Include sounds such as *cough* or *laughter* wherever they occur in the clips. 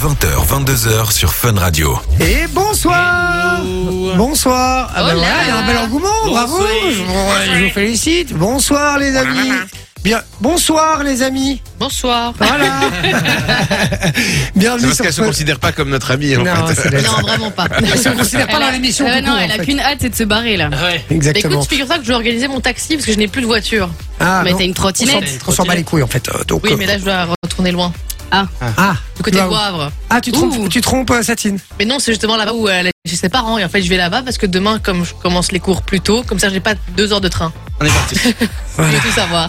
20h, 22h sur Fun Radio. Et bonsoir Hello. Bonsoir Ah ben Hola. voilà, il y a un bel engouement, bravo Bonsoir. je, vous- je vous félicite. Bonsoir les amis Bien, bonsoir les amis Bonsoir. Voilà *laughs* C'est Bienvenue parce sur qu'elle se Fun... considère pas comme notre amie en Non, fait. c'est Non, *laughs* vraiment pas. Elle se considère pas Elle dans a- l'émission euh, tout non, court, elle en a fait. qu'une hâte, c'est de se barrer là. Bah Exactement. écoute, figure-toi que je vais organiser mon taxi parce que je n'ai plus de voiture. Ah, mais non, t'as une on s'en- trottinette. on s'en bat les couilles en fait. euh, Donc, Oui, euh, mais là je dois retourner loin. ah, Du côté Là de où- Wavre. ah, tu trompes, Ouh. tu trompes euh, Satine. Mais non, c'est justement là-bas où euh, elle est chez ses parents. Et en fait, je vais là-bas parce que demain, comme je commence les cours plus tôt, comme ça, j'ai pas deux heures de train. On est parti. Je veux tout *laughs* savoir.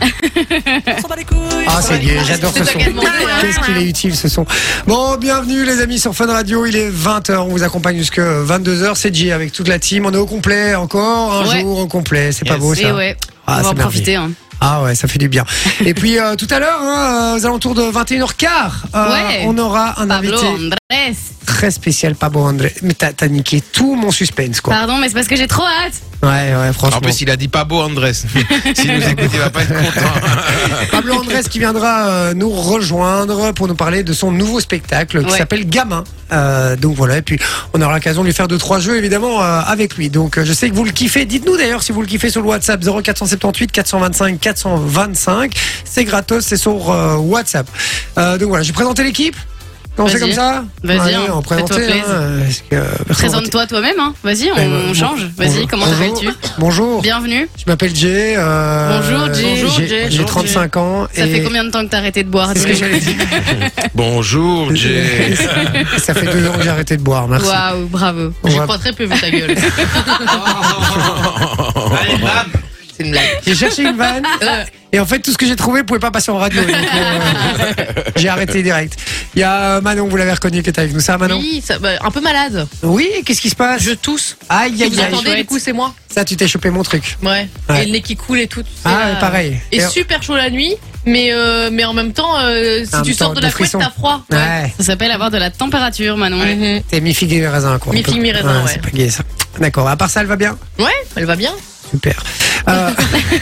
Ah, c'est gay, j'adore ce C'est son. toi qui as demandé, hein. Qu'est-ce qu'il est utile ce son. Bon, bienvenue les amis sur Fun Radio, il est 20h, on vous accompagne jusque 22h, c'est J avec toute la team, on est au complet encore, un Ouais. jour au complet, c'est pas Yes. beau Et ça. ouais, Ah, on va en c'est merveilleux. profiter. hein. Ah ouais, ça fait du bien. Et puis euh, tout à l'heure, hein, euh, aux alentours de 21h15, euh, Ouais. on aura un Pablo invité Andrés. très spécial, Pablo André. Mais t'as t'as niqué tout mon suspense quoi. Pardon, mais c'est parce que j'ai trop hâte. Ouais, ouais, franchement. En plus, il a dit pas beau Andrés. S'il nous écoute, il va pas être content. Pablo Andrés qui viendra euh, nous rejoindre pour nous parler de son nouveau spectacle qui Ouais. s'appelle Gamin. Euh, donc voilà, et puis on aura l'occasion de lui faire deux trois jeux évidemment euh, avec lui. Donc euh, je sais que vous le kiffez. Dites-nous d'ailleurs si vous le kiffez sur le WhatsApp 0478 425 425. C'est gratos, c'est sur euh, WhatsApp. Euh, donc voilà, j'ai présenté l'équipe. On fait Vas-y. comme ça Vas-y, Allez, hein, hein, on fais-toi présente. plaisir. Présente-toi toi-même, hein. Eh Vas-y, on, on change. Vas-y, comment t'appelles-tu ben, Bonjour. Bienvenue. Je m'appelle Jay. euh, Bonjour, Jay. j'ai- Bonjour, Jay. J'ai Bonjour, 35 ans. Ça et- fait combien de temps que t'as arrêté de boire C'est ce que dis-nous j'allais dire. Bonjour, Jay. Ça fait deux ans que j'ai arrêté de boire, merci. Waouh, bravo. On Je va- crois très peu vu *laughs* ta gueule. C'est une blague. J'ai cherché une *laughs* vanne Euh, et en fait tout ce que j'ai trouvé pouvait pas passer en radio. donc, *laughs* euh, j'ai arrêté direct. Il y a euh, Manon, vous l'avez reconnu, qui est avec nous. Ça, Manon oui, ça- bah, un peu malade. Oui, qu'est-ce qui se passe Je tousse. Aïe, Si vous aïe, aïe. entendez, du coup, c'est moi. Ça, tu t'es chopé mon truc. Ouais. Ouais. Et le nez qui coule et tout. tu sais, Ah, là. pareil. Et Et- super chaud la nuit, mais, euh, mais en même temps, euh, si En tu même sors temps, de des la couette, frissons. t'as froid. Ouais. Ça s'appelle avoir de la température, Manon. Mhm. T'es mi figue et raisin, quoi. Mi-figue, mi-raisin, ouais. C'est pas gay, ça. D'accord. À part ça, elle va bien Ouais, elle va bien. Super. *laughs* Euh,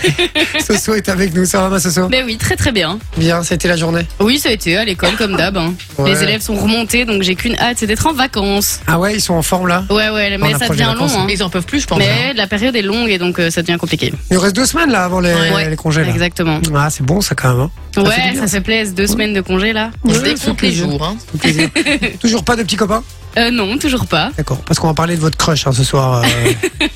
*laughs* Soso est avec nous. Ça va, ma Soso Ben oui, très très bien. Bien, c'était la journée. Oui, ça a été à l'école comme d'hab. hein. Ouais. Les élèves sont remontés, donc j'ai qu'une hâte, c'est d'être en vacances. Ah ouais, ils sont en forme là Ouais, ouais, On mais ça approche des devient vacances, long. hein. Mais ils en peuvent plus, je pense. Mais la période est longue et donc euh, ça devient compliqué. Il nous reste deux semaines là avant les, Ouais. les congés. Là. Exactement. Ah, c'est bon ça quand même. hein. Ça fait du Ouais, bien, ça se plaise, deux semaines de congé là. On se Ouais, ça fait décompte les plaisir. jours. Hein. Ça fait plaisir. Toujours pas de petits copains Euh, non, toujours pas. D'accord, parce qu'on va parler de votre crush hein, ce soir. euh,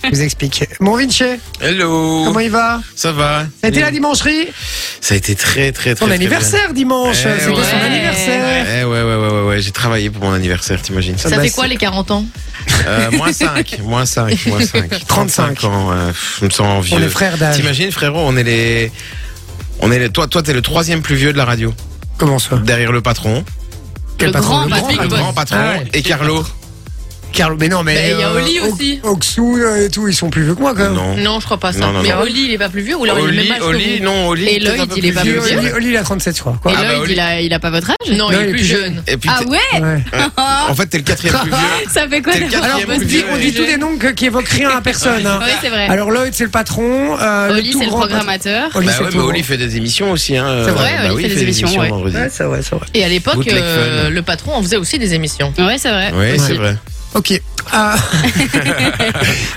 je vous explique. Mon Vinci, Hello. comment il va Ça va Ça a été la dimancherie Ça a été très, très, très. Ton très anniversaire dimanche, Eh c'était son ouais. bien. anniversaire. Eh ouais, ouais, ouais, ouais, ouais. j'ai travaillé pour mon anniversaire, t'imagines ça Ça bah, fait c'est- quoi les 40 ans Euh, Moins 5, moins 5, moins 5. 35. ans, ouais. Pff, je me sens On est vieux. frères d'âge. T'imagines, frérot, on est les. On est les... Toi, toi, t'es le troisième plus vieux de la radio. Comment ça Derrière le patron, Quel Le patron grand Le patron. le Big grand boss. patron Ah ouais. et Carlo. Carlo, mais non, mais. Mais il y a Oli euh, aussi. Ox- Oxou euh, et tout, ils sont plus vieux que moi quand même. Non. Non, je crois pas ça. Non, non, mais non. Oli, il est pas plus vieux ou alors il est Oli, le même âge Oli, que vous non, Oli. Et peut-être un Lloyd, peu il est plus pas Oli, vieux. plus Oli, Oli, il a 37, je crois. Quoi. Et Ah bah, Lloyd, Oli. il, a, il a pas votre âge Non, il est plus jeune. Et puis, Ah t'es- ouais Ouais. Ah. en fait, t'es le quatrième *laughs* plus vieux. Ça fait quoi T'es le d'avoir Alors, quatrième on plus dit, vieux. on dit tous des noms que- qui évoquent rien à personne. hein. Oui, c'est vrai. Alors, Lloyd, c'est le patron. euh, Oli, tout c'est le grand patron. programmateur. Oli, Bah c'est ouais, le mais tout Oli fait des émissions aussi. Hein. C'est vrai, Bah Oli oui, fait des émissions, ouais. vendredi. grand. Ouais, c'est vrai, c'est vrai. Et à l'époque, Bootleg euh, fun. le patron en faisait aussi des émissions. Ouais, c'est vrai. Ouais, c'est Aussi. vrai. Ok. *laughs* Ah.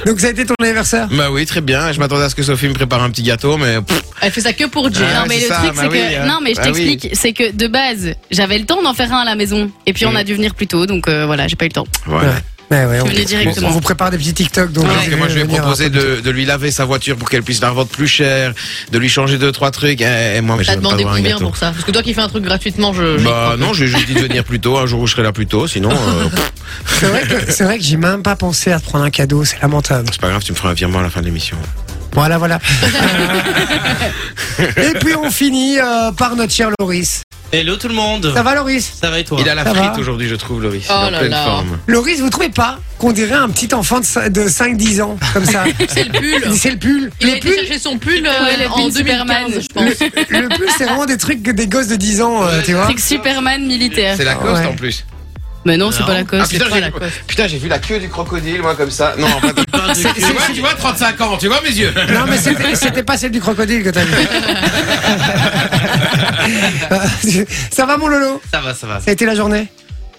Donc, ça a été ton anniversaire Bah oui, très bien. Je m'attendais à ce que Sophie me prépare un petit gâteau, mais pff, Elle fait ça que pour Jay. Ah, non, mais c'est le ça, truc, bah c'est oui, que. hein. Non, mais je Bah t'explique, c'est que de base, j'avais le temps d'en faire un à la maison. Et Mm. puis, on a dû venir plus tôt, donc euh, voilà, j'ai pas eu le temps. voilà. Ouais, Bah ouais, on, Venez directement. on vous prépare des petits TikTok. Donc euh, Alors que moi, je lui ai venir hein, proposé de, de lui laver sa voiture pour qu'elle puisse la revendre plus cher, de lui changer deux, trois trucs. Eh, eh, moi, mais je T'as veux pas demandé avoir un combien gâteau. pour ça Parce que toi qui fais un truc gratuitement, je. je- Bah non, j'ai juste dit de venir plus tôt, un jour où je serai là plus tôt, sinon, euh, pff, C'est vrai que c'est vrai que j'ai même pas pensé à te prendre un cadeau, c'est lamentable. c'est pas grave, tu me feras un virement à la fin de l'émission. Voilà, *laughs* voilà. Euh, Et puis on finit euh, par notre cher Loris. Hello tout le monde Ça va Loris Ça va et toi Il a la Ça va frite aujourd'hui, je trouve, Loris. Il est Oh en là pleine là. forme. Loris, vous trouvez pas qu'on dirait un petit enfant de cin- de 5-10 ans comme ça C'est le *laughs* pull. C'est le pull. Il a Le été pull, chercher son pull euh, Ouais, le en pull Superman. 2015, je pense. le pull, c'est vraiment des trucs que des gosses de 10 ans, euh, tu vois. Truc Superman militaire. Ah. C'est la coste Ouais. en plus. Mais non, c'est Non. pas la Ah cause. putain, j'ai- putain, j'ai vu la queue du crocodile, moi, comme ça. Non, en fait, *laughs* Pas de tu vois, tu vois, 35 ans, tu vois mes yeux. Non, mais c'était c'était pas celle du crocodile que t'as *laughs* vu. ça va mon Lolo Ça va, ça va. Ça a été la journée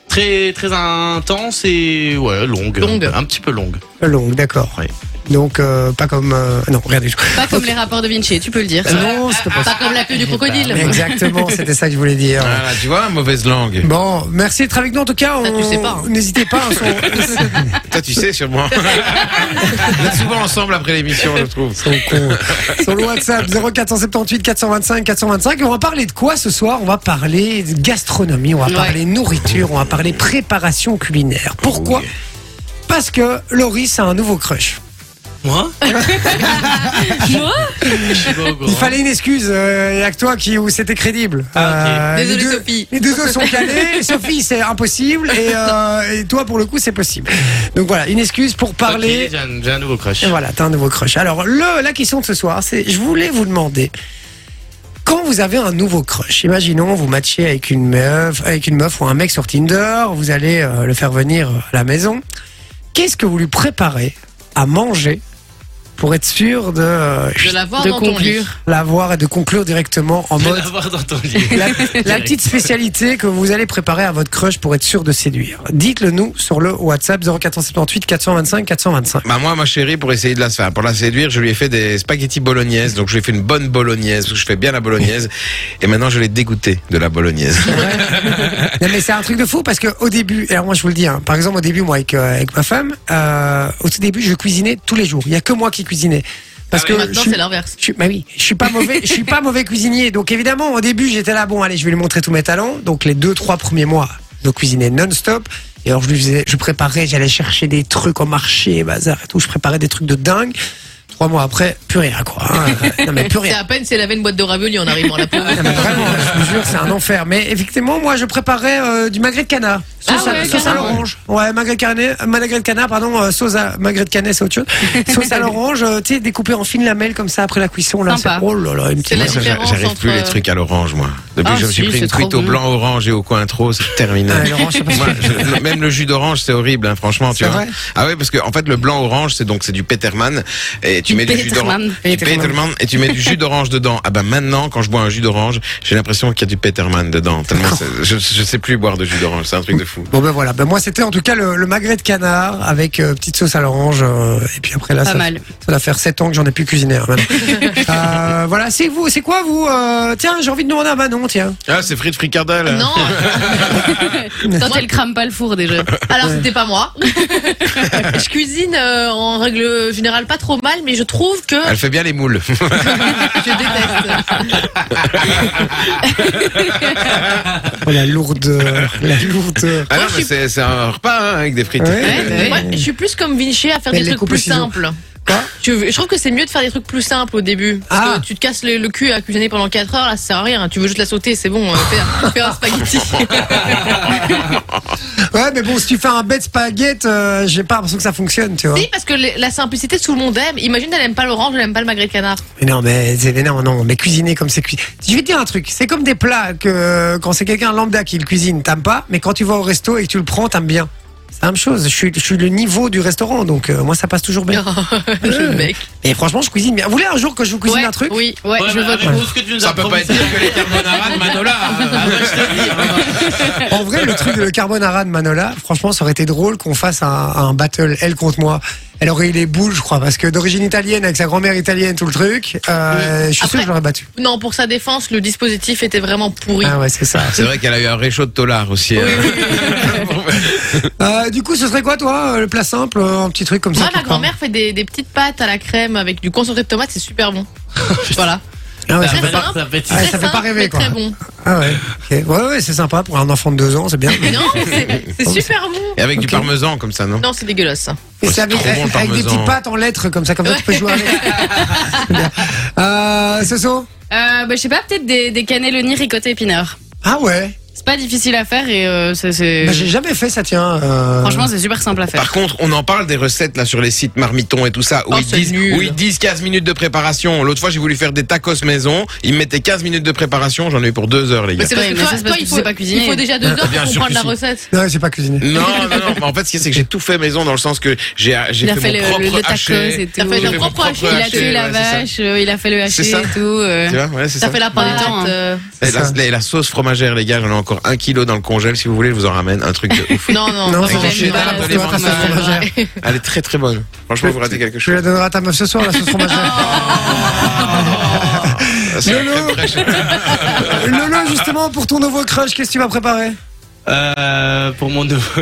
très très intense et ouais longue, Longue. un petit peu longue. Longue, d'accord. Oui. Donc, euh, pas comme. euh, non, rien du tout. Pas comme les rapports de Vinci, tu peux le dire. Non, c'était pas ça. Pas comme la queue du crocodile. Mais Exactement, c'était ça que je voulais dire. Voilà, Ah, tu vois, mauvaise langue. Bon, merci d'être avec nous en tout cas. Ça, tu on- sais pas, hein. N'hésitez pas. *laughs* hein, son- Toi, tu sais *laughs* sûrement. On est souvent ensemble après l'émission, je trouve. son con. Sur le WhatsApp 0478 425 425. Et on va parler de quoi ce soir On va parler de gastronomie, on va Ouais. parler nourriture, on va parler préparation culinaire. Pourquoi Parce que Loris a un nouveau crush. Moi Moi Je suis pas au Il *laughs* courant. fallait une excuse, euh, il y a que toi qui, où c'était crédible. hein. Ah, Euh, Désolée, les deux- Sophie. Les deux autres sont calés. Sophie, c'est impossible. Et, euh, et toi, pour le coup, c'est possible. Donc voilà, une excuse pour parler. Ok, j'ai un, j'ai un nouveau crush. Et voilà, t'as un nouveau crush. Alors, le, la question de ce soir, c'est je voulais vous demander. Quand vous avez un nouveau crush, imaginons vous matchez avec une meuf, avec une meuf ou un mec sur Tinder, vous allez euh, le faire venir à la maison. Qu'est-ce que vous lui préparez à manger pour être sûr de, euh, Je la voir De dans ton conclure. lit. l'avoir et de conclure directement en Je vais mode l'avoir *laughs* dans ton lit. la, la Direct. petite spécialité que vous allez préparer à votre crush pour être sûr de séduire. Dites-le nous sur le WhatsApp 0478 425 425. Bah moi, ma chérie, pour essayer de la, enfin, pour la séduire, je lui ai fait des spaghettis bolognaises. Donc, je lui ai fait une bonne bolognaise, parce que je fais bien la bolognaise. Et maintenant, je l'ai dégoûtée de la bolognaise. Non mais c'est un truc de fou parce que au début, alors moi je vous le dis, hein, par exemple au début moi avec, euh, avec ma femme, euh, au tout début je cuisinais tous les jours. Il y a que moi qui cuisinais parce Et que je Ah maintenant, suis- c'est l'inverse. je suis, bah oui, je suis pas mauvais, je suis pas mauvais cuisinier. Donc évidemment, au début, j'étais là, bon, allez, je vais lui montrer tous mes talents. Donc les deux, trois premiers mois, je cuisinais non-stop. Et alors je lui faisais, je préparais, j'allais chercher des trucs au marché, bazar et tout. Je préparais des trucs de dingue. Trois mois après, plus rien, quoi. hein. Non mais plus C'est rien. à peine si elle avait une boîte de ravioli en *laughs* arrivant, la pauvre. Non, Ah, mais vraiment, je vous jure, c'est un enfer. Mais effectivement, moi, je préparais euh, du magret de canard. Sauce, Ah à- ouais, sauce à carrément. l'orange. Ouais, magret de, carnet- euh, magret de canard, pardon, euh, sauce à magret de canet, c'est *laughs* autre chose. sauce à l'orange, euh, tu sais, découpé en fines lamelles comme ça après la cuisson. Là, Sympa. c'est- Oh là là, une petite C'est la Moi, ça, j'a- différence J'arrive plus entre- les trucs à l'orange, moi. Depuis Ah, que je me suis si, pris c'est une truite trop au bon. blanc orange et au cointreau, c'est terminé. Ouais, Ah, l'orange, c'est pas Moi, *laughs* je- même le jus d'orange, c'est horrible, hein, franchement, tu C'est vois. vrai Ah ouais, parce que en fait, le blanc orange, c'est donc c'est du Peterman et tu Du mets du jus Peterman. d'orange. Du Peterman. Peterman et tu mets du jus d'orange dedans. Ah bah maintenant, quand je bois un jus d'orange, j'ai l'impression qu'il y a du Peterman dedans. Tellement, c'est- je, je sais plus boire de jus d'orange, c'est un truc de fou. Bon ben voilà, ben moi c'était en tout cas le, le magret de canard avec euh, petite sauce à l'orange euh, et puis après là Pas ça, mal. ça doit faire 7 ans que j'en ai plus cuisiné. hein, *laughs* maintenant. Euh, voilà, c'est vous, c'est quoi vous euh, Tiens, j'ai envie de demander à Manon, tiens. Ah, c'est frites fricadelles. Non, Quand elle crame pas le *laughs* four déjà. alors c'était pas moi. je cuisine euh, en règle générale pas trop mal, mais je trouve que Elle fait bien les moules. *laughs* je déteste. Oh, la lourdeur, la lourdeur. Ah non, mais je suis- c'est c'est un repas hein, avec des frites. Ouais. Ouais, moi, je suis plus comme Vinci à faire Elle des les trucs coupe au plus ciseau. simples. Quoi je, je trouve que c'est mieux de faire des trucs plus simples au début. Parce Ah. que tu te casses le, le cul à cuisiner pendant 4 heures, là ça sert à rien. Tu veux juste la sauter, c'est bon. euh, *laughs* Fais fais un spaghetti. Hein Ouais, mais bon, si tu fais un bête spaghette, euh, j'ai pas l'impression que ça fonctionne, tu vois. si, parce que les- la simplicité, tout le monde aime. Imagine, elle aime pas l'orange, elle aime pas le magret de canard. Mais non, mais c'est mais non, non, mais cuisiner comme c'est cuisiné. Je vais te dire un truc, c'est comme des plats que quand c'est quelqu'un lambda qui le cuisine, t'aimes pas, mais quand tu vas au resto et que tu le prends, t'aimes bien. C'est la même chose, je suis, je suis le niveau du restaurant, donc euh, moi ça passe toujours bien. le mec. Et franchement, je cuisine bien. Vous voulez un jour que je vous cuisine Ouais, un truc Oui, ouais, je mais bah, vote. avec tout ce que tu nous Ça as peut pas promis, être pire que les carbonara de Manola. Ah, moi, je te le dis, hein. En vrai, le truc de le carbonara de Manola, franchement, ça aurait été drôle qu'on fasse un, un battle, elle contre moi. Elle aurait eu les boules, je crois, parce que d'origine italienne, avec sa grand-mère italienne, tout le truc, euh, je suis sûr Après- que je l'aurais battu. Non, pour sa défense, le dispositif était vraiment pourri. Ah ouais, c'est ça. C'est vrai qu'elle a eu un réchaud de tolard aussi. hein. Euh, du coup, ce serait quoi, toi, euh, le plat simple, euh, un petit truc comme Moi, ça ma qui grand-mère fait des, des petites pâtes à la crème avec du concentré de tomate, c'est super bon. voilà. parle. Ah *laughs* ouais, Ça ça Très fait fait pas- pas- ça fait- Ouais, très ça fait pas simple, rêver, mais quoi. Très bon. Ah *laughs* ouais, ok. ouais, ouais, c'est sympa pour un enfant de deux ans, c'est bien. Non, mais c'est- c'est super bon. *laughs* Et avec du Ok. parmesan comme ça, non Non, c'est dégueulasse. Et Oh, c'est c'est avec, trop bon, le avec des parmesan. petites pattes en lettres, comme ça, comme ça, tu peux jouer *laughs* avec. C'est bien. euh, Soso Euh, bah, je sais pas, peut-être des, des cannelloni ricotta épinards. Ah ouais C'est pas difficile à faire et euh, c'est- c'est. Bah, J'ai jamais fait ça, tiens. euh. Franchement, c'est super simple à Par faire. contre, on en parle des recettes là sur les sites Marmiton et tout ça, où, Oh, ils, c'est disent, nul. où ils disent 15 minutes de préparation. L'autre fois, j'ai voulu faire des tacos maison, ils me mettaient 15 minutes de préparation, j'en ai eu pour deux heures, les gars. Mais c'est Ouais, parce que mais toi, ça, c'est toi, parce que il tu faut, sais pas cuisiner. il faut déjà deux heures bien pour sûr comprendre que la si. recette. Non, j'ai pas cuisiné. Non, non, non, mais en fait, ce qui est, c'est que j'ai tout fait maison dans le sens que j'ai euh, j'ai Il a fait, fait mon le- propre le tacos haché. et tout. J'ai T'as fait ton mon propre haché, Il a haché, tué la ouais, c'est vache, euh, il a fait le C'est haché ça. et tout. euh. ça. Tu vois, ouais, c'est T'as ça. fait la Prends du pâte. temps, hein. euh, Et C'est la, ça. et la sauce fromagère, les gars, j'en ai encore un kilo dans le congèle. Si vous voulez, je vous en ramène un truc *laughs* de ouf. Non, non, Non, non, c'est bon, je suis là pour les c'est vacances pas mal. fromagères. Elle est très très bonne. Franchement, vous ratez quelque Je chose. la donnerai à ta meuf ce soir, la sauce fromagère. Ah, c'est la Lolo. crème fraîche. Lolo, justement, pour ton nouveau crush, qu'est-ce que tu vas préparer Euh, pour mon nouveau.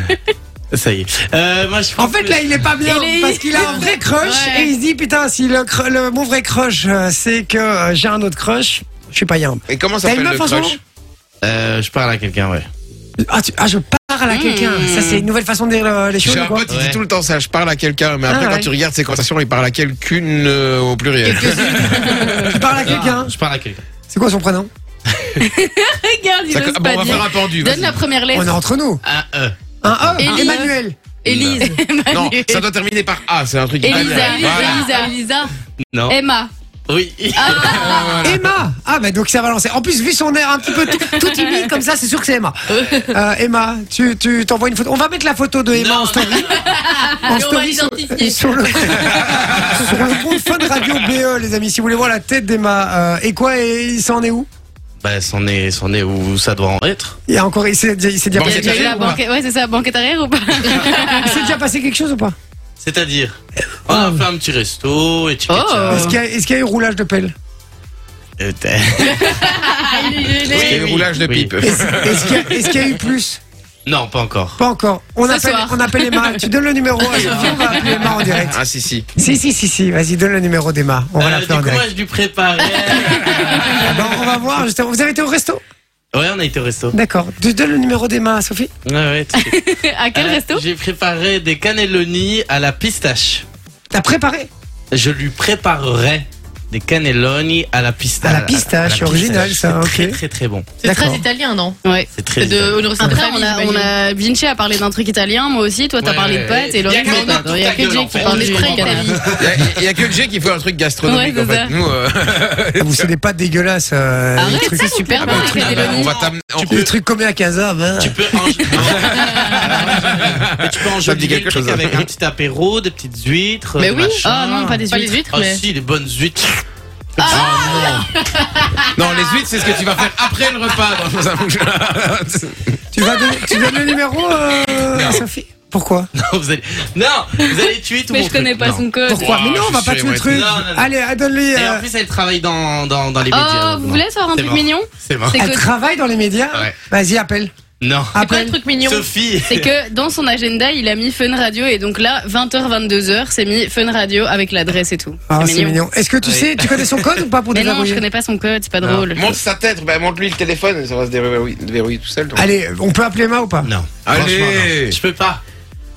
*laughs* Ça y est. Euh, moi, je En pense fait, que- là, il est pas bien Il est- parce qu'il a un vrai crush et Ouais. il se dit putain, si le, cr- le- mon vrai crush, euh, c'est que euh, j'ai un autre crush, je suis pas yambe. Et comment T'as s'appelle une le meuf en ce crush Euh, je parle à quelqu'un, ouais. Ah, tu- ah, je parle à Mmh. quelqu'un. Ça, c'est une nouvelle façon de dire euh, les choses. J'ai ou un quoi pote, il dit Ouais. tout le temps ça, je parle à quelqu'un, mais Ah, après quand ouais. tu regardes ses conversations, il parle à quelqu'une euh, au pluriel. Tu parles à quelqu'un. Ah. Je parle à quelqu'un. C'est quoi son prénom Regarde, il Ça- n'ose bon, on pas va dire. faire un pendu. vas-y. Donne la première On est lettre. entre nous. Ah, euh. Un E. Élie. Emmanuel. Élise. Non, ça doit terminer par A, c'est un truc Elisa, italien. Voilà. Elisa, Elisa, Non. Emma. Oui. Ah, *laughs* Emma. Ah, bah donc ça va lancer. En plus, vu son air un petit peu tout, tout timide comme ça, c'est sûr que c'est *laughs* Emma. Euh, Emma, tu tu t'envoies une photo. On va mettre la photo de Emma en story. En Et on va story sur- *laughs* l'identifier. sur le, sur le compte Fun Radio BE, les amis. Si vous voulez voir la tête d'Emma, euh, et quoi, et il s'en est où Bah, c'en est, c'en est où ça doit en être. Il y a encore, il s'est il s'est déjà, Bon, passé Il y c'est a déjà eu quelque la chose ou pas banquette. Ouais, c'est ça, banquette arrière ou pas Il s'est déjà passé quelque chose ou pas C'est-à-dire. On a fait un petit resto, et tchika, tchaka. Oh. Est-ce qu'il y, a- est-ce qu'il y a eu roulage de pelle Euh, t'as- Parce qu'il y a eu Oui, roulage de oui. pipe. Est-ce est-ce qu'il y, a- est-ce qu'il y a eu plus Non, pas encore. Pas encore. On Ce appelle, soir. on appelle Emma. Tu donnes le numéro à Sophie, on va appeler Emma en direct. Ah si si. Si, si, si, si. Vas-y, donne le numéro d'Emma. On va Euh, du l'appeler en coup, direct. moi, je lui préparais. Ah ben, on va voir. justement. Vous avez été au resto ouais, on a été au resto. D'accord. Tu donnes le numéro d'Emma à Sophie Ouais, ouais. tout de suite. À quel Euh, resto J'ai préparé des cannelloni à la pistache. T'as préparé Je lui préparerai des cannelloni à la pistache. À la pistache, À la original, pistache. ça, C'est ok. Très, très, très bon. C'est D'accord. très italien, non Ouais. C'est très C'est de italien. une recette Après, très on a, on a Vinci a parlé d'un truc italien, moi aussi, toi t'as Ouais, parlé de ouais, pâtes ouais. et Laurie Y a que de nous pâtes. dans Il y a toute que la gueule, Jake en qui fait. parle On de est très Italie. italien. Il y a- Il y, a que Jay qui fait un truc gastronomique Ouais, en c'est fait. ça. Nous, euh, Ah, Vous savez pas dégueulasse. Euh, Arrête, les trucs, c'est super ah bon bah, les truc, on cannelloni. va t'amener. on- les trucs comme à 15h, ben. Tu peux, *laughs* en... Mais tu peux Ça me dit enjoliver quelque le truc chose. avec un petit apéro, des petites huîtres. Mais des oui, machins. ah non, pas des Pas les huîtres. huîtres, Ah mais. si, les bonnes huîtres. Ah, Non, les huîtres, c'est ce que tu vas faire après le repas. dans un- Tu vas donner, tu donnes le numéro euh, à Sophie Pourquoi Non, *laughs* vous allez, non, vous allez tuer tout Mais mon je connais truc. pas Non. son code. Oh, Pourquoi Mais non, on va je pas sais, tuer le ouais. truc. Non, non, non. Allez, ah, donne-lui. Et en euh, plus, elle travaille dans, dans, dans les médias. Oh, vous Non. voulez savoir un C'est truc mort. mignon C'est mort. C'est Elle que, travaille dans les médias Ouais. Vas-y, appelle. Non. C'est quoi le Appelle. truc mignon Sophie. c'est que dans son agenda, il a mis Fun Radio et donc là, 20h, 22h, c'est mis Fun Radio avec l'adresse et tout. Ah, c'est mignon. Est-ce que tu Oui. sais, tu connais son code ou pas pour Mais non, désabrouiller je connais pas son code, c'est pas Non. drôle. Montre sa tête, bah, montre-lui le téléphone, ça va se déverrouiller déverrouiller tout seul. donc. Allez, on peut appeler Emma ou pas Non. Allez. Franchement, non. Je peux pas.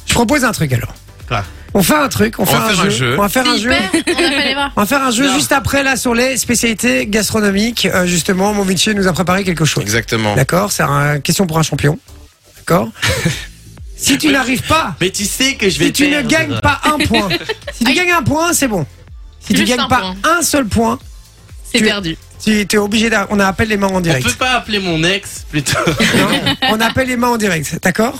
Je propose un truc alors. Quoi On fait un truc, on, fait va faire un jeu. On va faire un jeu. Hyper, *laughs* on appelle Eva. On va faire un jeu Non. juste après là sur les spécialités gastronomiques. Euh, justement, mon Vinci nous a préparé quelque chose. Exactement. D'accord C'est une question pour un champion. *laughs* D'accord Si tu n'arrives pas, Mais tu sais que je vais si tu ne perdre. gagnes pas un point, si tu gagnes un point, c'est bon. Si tu Juste gagnes un pas point. un seul point, C'est Tu- perdu. tu es obligé d'a- On appelle les mains en On direct. peut pas appeler mon ex plutôt. *laughs* Non, on appelle les mains en direct, d'accord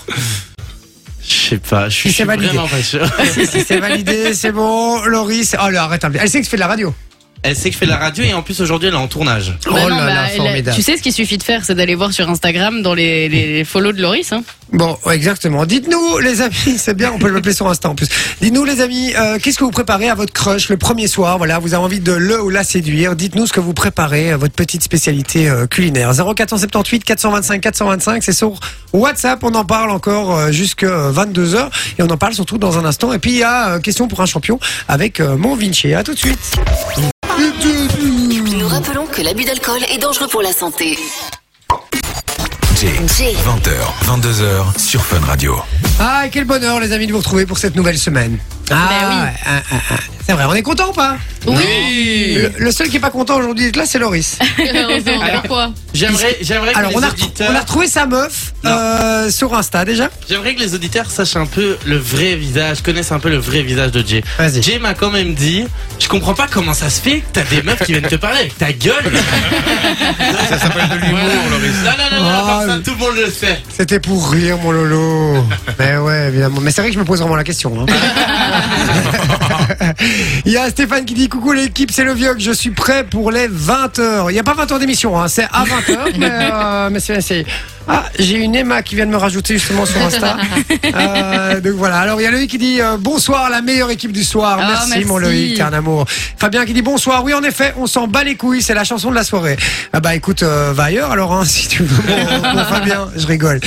Je sais pas, je suis Il s'est je suis validé. vraiment pas sûr. Si, si, Ah, c'est validé, c'est bon. Loris, oh là, arrête un peu. Elle sait que je fais de la radio. Elle sait que je fais de la radio et en plus aujourd'hui elle est en tournage. Oh Bah là non, bah, là, elle- formidable. tu sais ce qu'il suffit de faire, c'est d'aller voir sur Instagram dans les, les, les follow de Loris. Hein. Bon, ouais, exactement. Dites-nous, les amis, c'est bien, on peut l'appeler sur Insta en plus. Dites-nous, les amis, euh, qu'est-ce que vous préparez à votre crush le premier soir Voilà, vous avez envie de le ou la séduire. Dites-nous ce que vous préparez, euh, votre petite spécialité euh, culinaire. 0478 425 425, c'est sur WhatsApp. On en parle encore euh, jusqu'à 22h et on en parle surtout dans un instant. Et puis, il y a euh, question pour un champion avec euh, mon Vinci. À tout de suite. Nous rappelons que l'abus d'alcool est dangereux pour la santé. Jay. Jay. 20h, 22h sur Fun Radio. Ah, quel bonheur, les amis, de vous retrouver pour cette nouvelle semaine. Ah, ouais, ah, ah, ah. c'est vrai, on est content ou pas Oui. Le, le seul qui est pas content aujourd'hui d'être là, c'est Loris. Alors, Pourquoi J'aimerais, j'aimerais que Alors, les on a, auditeurs, on a retrouvé sa meuf euh, sur Insta déjà. j'aimerais que les auditeurs sachent un peu le vrai visage, connaissent un peu le vrai visage de Jay. Vas-y. Jay m'a quand même dit, je comprends pas comment ça se fait que t'as des meufs qui viennent te parler avec ta gueule. *laughs* Ça s'appelle de l'humour, Loris. Non, non, non, non, Ah, à part ça, mais- tout le monde le sait. Ben C'était pour rire, mon Lolo. Mais ouais, évidemment. Mais c'est vrai que je me pose vraiment la question. hein. Il y a Stéphane qui dit coucou l'équipe, c'est le vieux que je suis prêt pour les 20h. Il n'y a pas 20h d'émission, hein, c'est à 20h, mais, euh, mais c'est c'est- Ah, j'ai une Emma qui vient de me rajouter justement sur Insta. Euh, donc voilà, alors il y a Loïc qui dit euh, bonsoir, la meilleure équipe du soir. Oh, merci, mon merci. Loïc, t'es un amour. Fabien qui dit bonsoir, oui en effet, on s'en bat les couilles, c'est la chanson de la soirée. Ah bah écoute, euh, va ailleurs alors hein, *laughs* si tu veux, mon, mon Fabien, je rigole.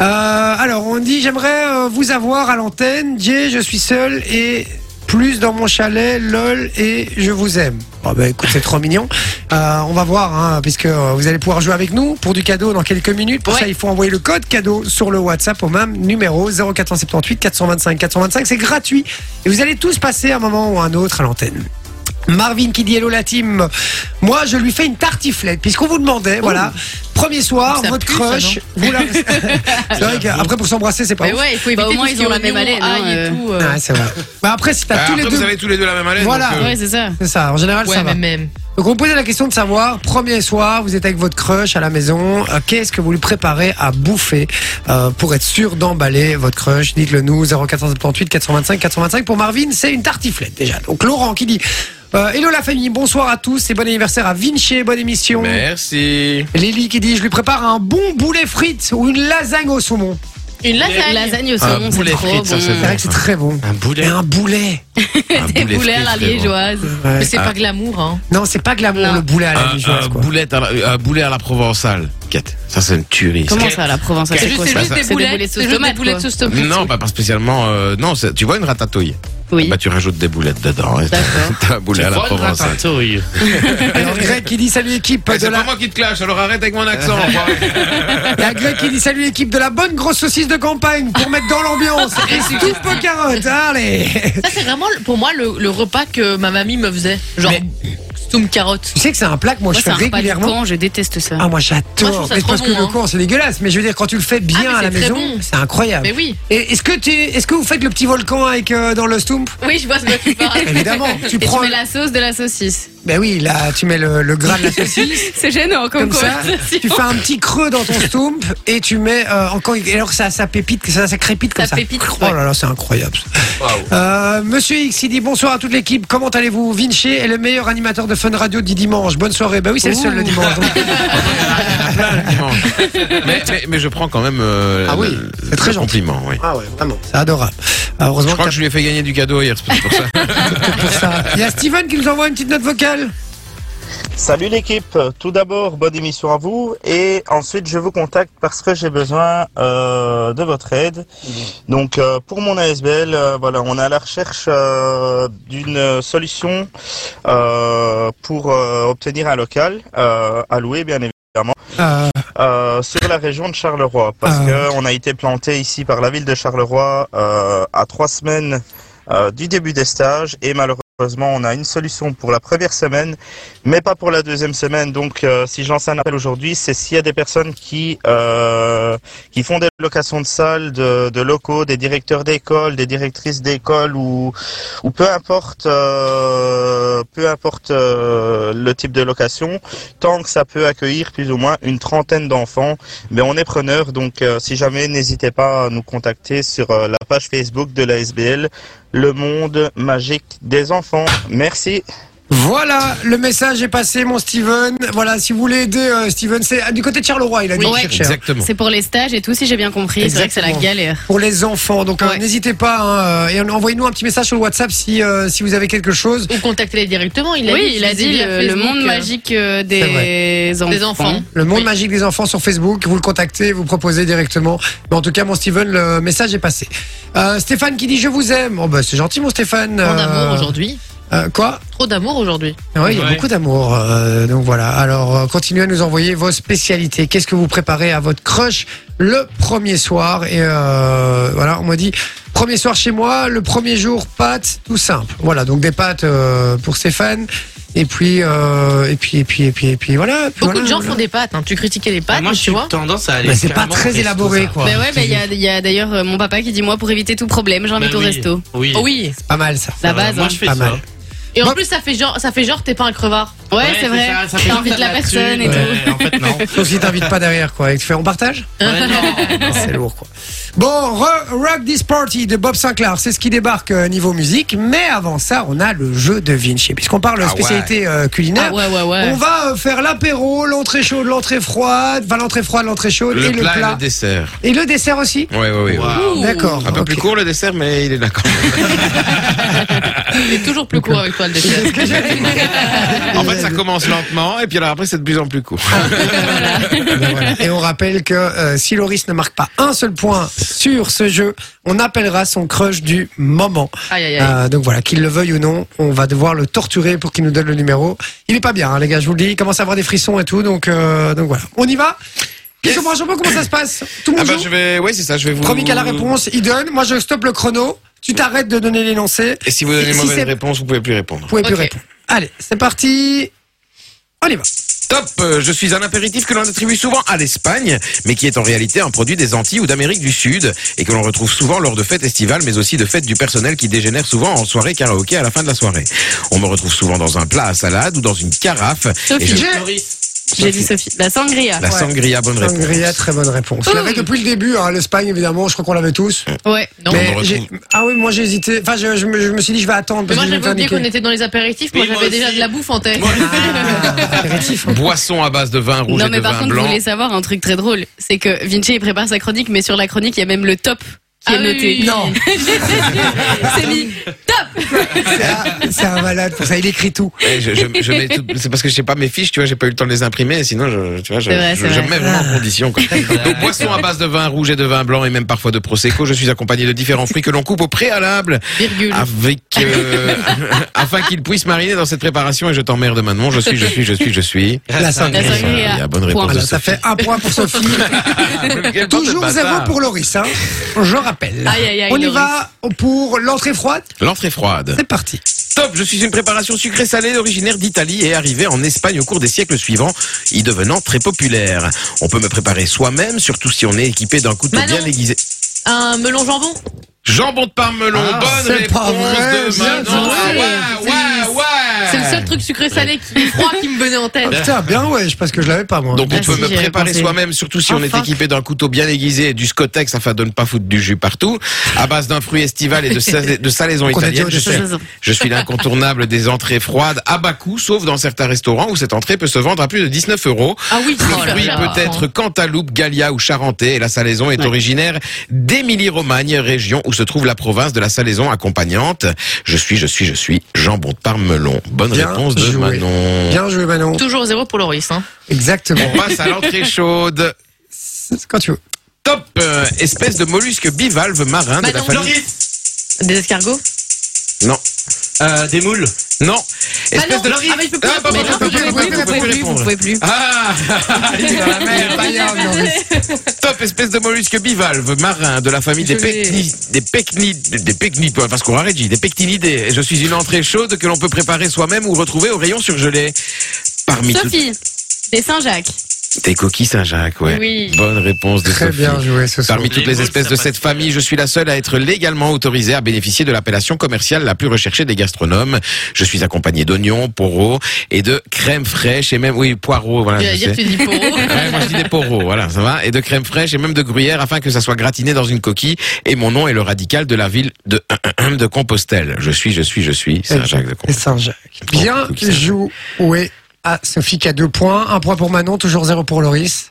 Euh, alors on dit j'aimerais euh, vous avoir à l'antenne, Jay, je suis seul et plus dans mon chalet, lol et je vous aime. Oh bah écoute, c'est trop mignon. Euh, on va voir, hein, puisque euh, vous allez pouvoir jouer avec nous pour du cadeau dans quelques minutes. Pour ça, il faut envoyer le code cadeau sur le WhatsApp au même numéro 0478 425 425. C'est gratuit et vous allez tous passer un moment ou un autre à l'antenne. Marvin qui dit hello la team. Moi, je lui fais une tartiflette puisqu'on vous demandait, voilà, premier soir, Ça votre pue, ça, crush. vous *laughs* la- c'est vrai qu'après pour s'embrasser, c'est pas Mais ouf. ouais, il faut éviter Bah, au moins, tout ce ils qui ont est la même oignon, haleine, hein, ail et euh. tout, euh. Ouais, c'est vrai. Bah, après, si t'as Ah, tous les après, deux, vous avez tous les deux la même haleine. Voilà. donc, euh, Ouais, c'est ça. c'est ça. En général, ça Ouais, va. mais même. Donc on posait la question de savoir, premier soir, vous êtes avec votre crush à la maison, euh, qu'est-ce que vous lui préparez à bouffer euh, pour être sûr d'emballer votre crush Dites-le nous, 0478 425 425. Pour Marvin, c'est une tartiflette déjà. Donc Laurent qui dit, euh, hello la famille, bonsoir à tous et bon anniversaire à Vinci, bonne émission. Merci. Lily qui dit, je lui prépare un bon boulet frites ou une lasagne au saumon. Une lasagne. Lasagne au Un saumon, c'est poulet trop frites, bon. ça, c'est C'est vrai que c'est très bon. Un Et boulet. un boulet Un *laughs* Des boulet boulets à la frites, vraiment. liégeoise. Mais c'est pas glamour, hein. Non, c'est pas glamour Non. le boulet à la Un- liégeoise, un quoi. boulette à la- un boulet à la provençale. Quête. Ça, c'est une tuerie. ça. Comment ça, la Provence C'est C'est juste, quoi c'est ça juste des C'est boulettes, sauce c'est juste des tomate, boulettes quoi. sous tomate. Non, pas, pas spécialement. euh, non, c'est- tu vois une ratatouille. Oui. Bah, tu rajoutes des boulettes dedans. et t'as- D'accord. *laughs* T'as un boulet à la provençale. ratatouille. Alors Greg qui dit, salut équipe de Eh, C'est la... pas moi qui te clash, alors arrête avec *laughs* mon accent. enfoiré. Il y a Greg qui dit salut l'équipe de la bonne grosse saucisse de campagne pour mettre dans l'ambiance. Et c'est tout peu carotte, allez. Ça, c'est vraiment pour moi le, le repas que ma mamie me faisait. Genre, soum carotte. Tu sais que c'est un plat que moi, Moi, je c'est fais un repas du régulièrement. camp, je déteste ça. Ah moi hein. Moi, je j'adore. trouve ça Mais trop parce que bon, le hein. camp c'est dégueulasse. Mais je veux dire quand tu le fais Ah, bien mais à la c'est maison, très bon. c'est incroyable. Mais oui. Et est-ce que tu est-ce que vous faites le petit volcan avec euh, dans le stump Oui, je vois ce que tu parles. Évidemment. Tu Et tu prends. mets la sauce de la saucisse. *laughs* Ben oui là tu mets le, le gras de *laughs* la saucisse. C'est gênant comme, Comme ça, tu fais un petit creux dans ton stump et tu mets euh, encore. Et alors ça, ça pépite, ça, ça crépite comme ça. Ça pépite, Oh ouais. là là, c'est incroyable. ça. Euh, Monsieur X, il dit bonsoir à toute l'équipe. Comment allez-vous Vinci est le meilleur animateur de Fun Radio du dimanche. Bonne soirée. Bah oui, c'est le seul le dimanche. donc. mais, mais- mais je prends quand même. euh, Ah oui, le- c'est très le gentil. compliment. Oui. Ah ouais, vraiment. C'est adorable. Ah, Je heureusement crois que que je lui ai fait gagner du cadeau hier, c'est peut-être pour ça. t'as pour ça. Il y a Steven qui nous envoie une petite note vocale. Salut l'équipe, tout d'abord bonne émission à vous et ensuite je vous contacte parce que j'ai besoin euh, de votre aide. Donc euh, pour mon ASBL, euh, voilà, on est à la recherche euh, d'une solution euh, pour euh, obtenir un local euh, à louer bien évidemment. Euh, Euh, sur la région de Charleroi, parce Ah. que on a été planté ici par la ville de Charleroi euh, à trois semaines euh, du début des stages et malheureusement on a une solution pour la première semaine, mais pas pour la deuxième semaine. Donc euh, si je lance un appel aujourd'hui, c'est s'il y a des personnes qui euh, qui font des locations de salles, de, de locaux, des directeurs d'école, des directrices d'école ou ou peu importe euh, peu importe euh, le type de location tant que ça peut accueillir plus ou moins une trentaine d'enfants. Mais on est preneur, donc euh, si jamais, n'hésitez pas à nous contacter sur euh, la page Facebook de la SBL, Le Monde Magique des Enfants. Merci. Voilà, le message est passé, mon Steven. Voilà, si vous voulez aider euh, Steven, c'est ah, du côté de Charleroi, il a dit Ouais. chercher. hein. Exactement. C'est pour les stages et tout, si j'ai bien compris. C'est vrai que c'est la Exactement. galère. pour les enfants. Donc euh, Ouais. n'hésitez pas hein, et envoyez-nous un petit message sur le WhatsApp si euh, si vous avez quelque chose. Ou contactez-les directement. Il a oui, dit, il a dit via le, le Facebook, monde euh, magique euh, C'est des, enfants. des enfants. Le monde Oui. magique des enfants sur Facebook, vous le contactez, vous proposez directement. Mais en tout cas, mon Steven, le message est passé. Euh, Stéphane qui dit je vous aime. Oh bah c'est gentil mon Stéphane. Trop Euh, d'amour aujourd'hui. euh, quoi Trop d'amour aujourd'hui. Ah ouais, il y a Ouais. beaucoup d'amour. euh, donc voilà. Alors euh, continuez à nous envoyer vos spécialités. Qu'est-ce que vous préparez à votre crush le premier soir Et euh, voilà, on m'a dit premier soir chez moi, le premier jour pâtes, tout simple. Voilà, donc des pâtes euh, pour Stéphane. Et puis euh, et puis et puis et puis et puis voilà. puis Beaucoup voilà, de gens voilà. font des pâtes. hein. Tu critiquais les Ah, pâtes, Moi, mais je tu suis vois. tendance à aller. Mais c'est pas carrément au très resto, élaboré ça. quoi. Bah ouais, bah il y a, il y a d'ailleurs euh, mon papa qui dit moi pour éviter tout problème, j'invite Bah au oui. resto. Oui. Oh oui. Pas mal ça. La Ça va, base. Moi, hein. je fais Pas ça. mal. Et en Moi- plus, ça fait genre, ça fait genre, t'es pas un crevard. Bah Ouais, c'est vrai. ça, ça fait T'as envie de la là-dessus. personne et *laughs* Ouais, En fait, non. Sauf si t'invites pas derrière quoi. Et que tu fais on partage. *laughs* Ouais, non. Ah, C'est lourd quoi. Bon, re- Rock This Party de Bob Sinclair, c'est ce qui débarque euh, niveau musique. Mais avant ça, on a le jeu de Vinci. Puisqu'on parle Ah spécialité euh, culinaire, Ah ouais, ouais, ouais. on va euh, faire l'apéro, l'entrée chaude, l'entrée froide, enfin l'entrée froide, l'entrée chaude Le et plat, le et plat. le dessert. Et le dessert aussi Ouais, ouais, ouais. Waouh. D'accord. Un peu ok. plus court le dessert, mais il est là quand même. Il est toujours plus court *laughs* avec toi le dessert. C'est ce que j'allais dire. En fait, ça commence lentement et puis alors après, c'est de plus en plus court. Ah *laughs* Ben voilà. Et on rappelle que euh, si Loris ne marque pas un seul point sur ce jeu, on appellera son crush du moment. Aïe, aïe, aïe. Euh, donc voilà, qu'il le veuille ou non, on va devoir le torturer pour qu'il nous donne le numéro. Il est pas bien, hein, les gars, je vous le dis, il commence à avoir des frissons et tout, donc, euh, donc voilà. On y va Qui commence Jean-Paul, comment ça se passe Tout le Ah monde bah joue je vais, ouais c'est ça, je vais vous. Promis qu'à la réponse, il donne, moi je stoppe le chrono, tu t'arrêtes de donner l'énoncé, Et si vous donnez Si mauvaise c'est- réponse, vous pouvez plus répondre. vous pouvez plus Ok. répondre. Allez, c'est parti On y va Top, euh, je suis un apéritif que l'on attribue souvent à l'Espagne, mais qui est en réalité un produit des Antilles ou d'Amérique du Sud, et que l'on retrouve souvent lors de fêtes estivales, mais aussi de fêtes du personnel qui dégénèrent souvent en soirée karaoké à la fin de la soirée. On me retrouve souvent dans un plat à salade ou dans une carafe. et Sophie, je- j'ai dit Sophie. La sangria. La sangria, bonne réponse. Sangria, très bonne réponse. Je l'avais depuis le début, hein, l'Espagne évidemment, je crois qu'on l'avait tous. Ouais. Non. Mais on le j'ai- Ah oui, moi j'ai hésité. Enfin, je, je me, je me suis dit, je vais attendre. Mais parce moi, que je vais j'avais oublié me faire qu'on était dans les apéritifs. Moi, Oui, moi j'avais déjà aussi. de la bouffe en tête. *laughs* niquer. Ah, apéritif. *laughs* Boisson à base de vin rouge Non, et de mais par vin contre, blanc. vous voulez savoir un truc très drôle. C'est que Vinci, il prépare sa chronique, mais sur la chronique, il y a même le top qui Ah est noté. oui. Non. *laughs* C'est mis top! C'est un- C'est un malade pour ça. Il écrit tout. Eh, je- je- je mets tout- C'est parce que j'ai pas mes fiches, tu vois, j'ai pas eu le temps de les imprimer, sinon je, tu vois, je, C'est vrai, je- c'est je vrai. Ah. mets vraiment en condition. quoi. Donc, boisson à base de vin rouge et de vin blanc et même parfois de prosecco, je suis accompagné de différents fruits que l'on coupe au préalable Virgule. avec euh, *laughs* afin qu'ils puissent mariner dans cette préparation et je t'emmerde maintenant, je suis, je suis, je suis, je suis. La sangria. La sangria. Il y a bonne réponse. euh, Point. Voilà, ça fait un point pour Sophie. Quel bande de Toujours zéro bâtards. pour Loris. hein. Je rappelle. Aïe, aïe, aïe, On y Loris. va pour l'entrée froide. L'entrée froide. C'est parti. Top, je suis une préparation sucrée-salée originaire d'Italie et arrivée en Espagne au cours des siècles suivants, y devenant très populaire. On peut me préparer soi-même, surtout si on est équipé d'un couteau Manon. bien aiguisé. Un melon jambon. Jambon de parmelon, Ah, bonne c'est réponse pas vrai, de bien Manon. joué. Ah C'est ouais, ouais, ouais. C'est le seul truc sucré-salé qui froid qui me venait en tête. Ah, putain, bien ouais, je pense que je l'avais pas moi. Donc on Ah, peut si, me j'y avais préparer pensé. soi-même, surtout si on est Enfin. équipé d'un couteau bien aiguisé et du scotex afin de ne pas foutre du jus partout, à base d'un fruit estival et de, sa- de salaison Qu'on a dit italienne. au Je dessert. suis, je suis l'incontournable des entrées froides à bas coût, sauf dans certains restaurants où cette entrée peut se vendre à plus de 19 euros. Ah oui, Le oh là fruit là. peut être Cantaloupe, Gallia ou Charentais et la salaison est originaire d'Émilie-Romagne, région où se trouve la province de la salaison accompagnante. Je suis, je suis, je suis jambon de parmelon. Bonne Bien réponse de joué. Manon. Bien joué Manon. Toujours zéro pour Loris. Hein. Exactement. On passe à l'entrée chaude. C'est Quand tu veux. Top euh, Espèce de mollusque bivalve marin de la Manon. famille... Des escargots. Non, Euh, des moules. non. Espèce non, de... ah, mais je peux plus Ah, bah, répondre, bah, bah, bah, je peux plus, bah, je bah, peux bah, plus, bah, bah, je peux bah, plus. Ah *laughs* Il est dans la merde. Pas grave, Loris. Top espèce de mollusque bivalve marin de la famille des Je l'ai. pecni, des pecni, des pecni, parce qu'on aurait dit des pectinidés. Et Je suis une entrée chaude que l'on peut préparer soi-même ou retrouver au rayon surgelé. Parmi toutes Sophie, des Saint-Jacques. tes coquilles Saint-Jacques, ouais. Oui. Bonne réponse de Très Sophie. bien joué ce soir. Parmi toutes les Les espèces de boules, ça cette passe. famille, je suis la seule à être légalement autorisée à bénéficier de l'appellation commerciale la plus recherchée des gastronomes. Je suis accompagné d'oignons, poros et de crème fraîche et même, oui, poireaux, voilà. Tu je vas dire, sais. tu dis pour. Ouais, moi je dis des poros, voilà, ça va. Et de crème fraîche et même de gruyère afin que ça soit gratiné dans une coquille. Et mon nom est le radical de la ville de, de Compostelle. Je suis, je suis, je suis Saint-Jacques de Et Compostelle. Saint-Jacques. Bien Bon, Saint-Jacques. joué à Sophie qui a deux points. Un point pour Manon, toujours zéro pour Loris.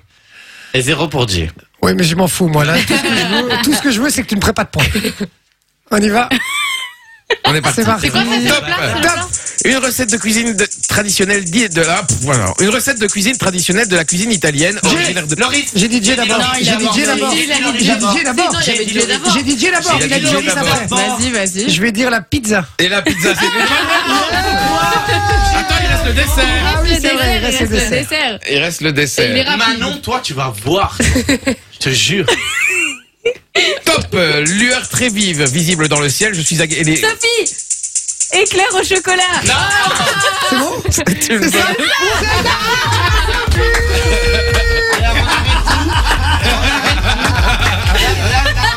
Et zéro pour Dieu. Oui, mais je m'en fous, moi, là. Tout ce que je veux, tout ce que je veux, c'est que tu ne prennes pas de points. On y va On est parti. C'est parti. *laughs* C'est quoi ça c'est Top. le plat c'est le plat Top Une recette de cuisine de- traditionnelle dite de la, voilà. Une recette de cuisine traditionnelle de la cuisine italienne originaire de Loris. J'ai DJ d'abord. Non, il J'ai a DJ d'abord. d'abord. J'ai Il a dit DJ d'abord. Non, il y avait J'ai du lait dit d'abord. J'ai DJ d'abord. Il a Il a dit dit Loris DJ d'abord. après. Vas-y, vas-y. Je vais dire la pizza. Et la pizza, c'est Attends, il reste le dessert. Ah oui, Le c'est vrai, il reste dessert, le reste le dessert. dessert. Il reste le Et il est dessert. rapide. Manon, toi, tu vas *laughs* voir. Je te jure. Top, euh, lueur très vive, visible dans le ciel. Je suis agacé. Sophie, éclair au chocolat. C'est bon C'est ça.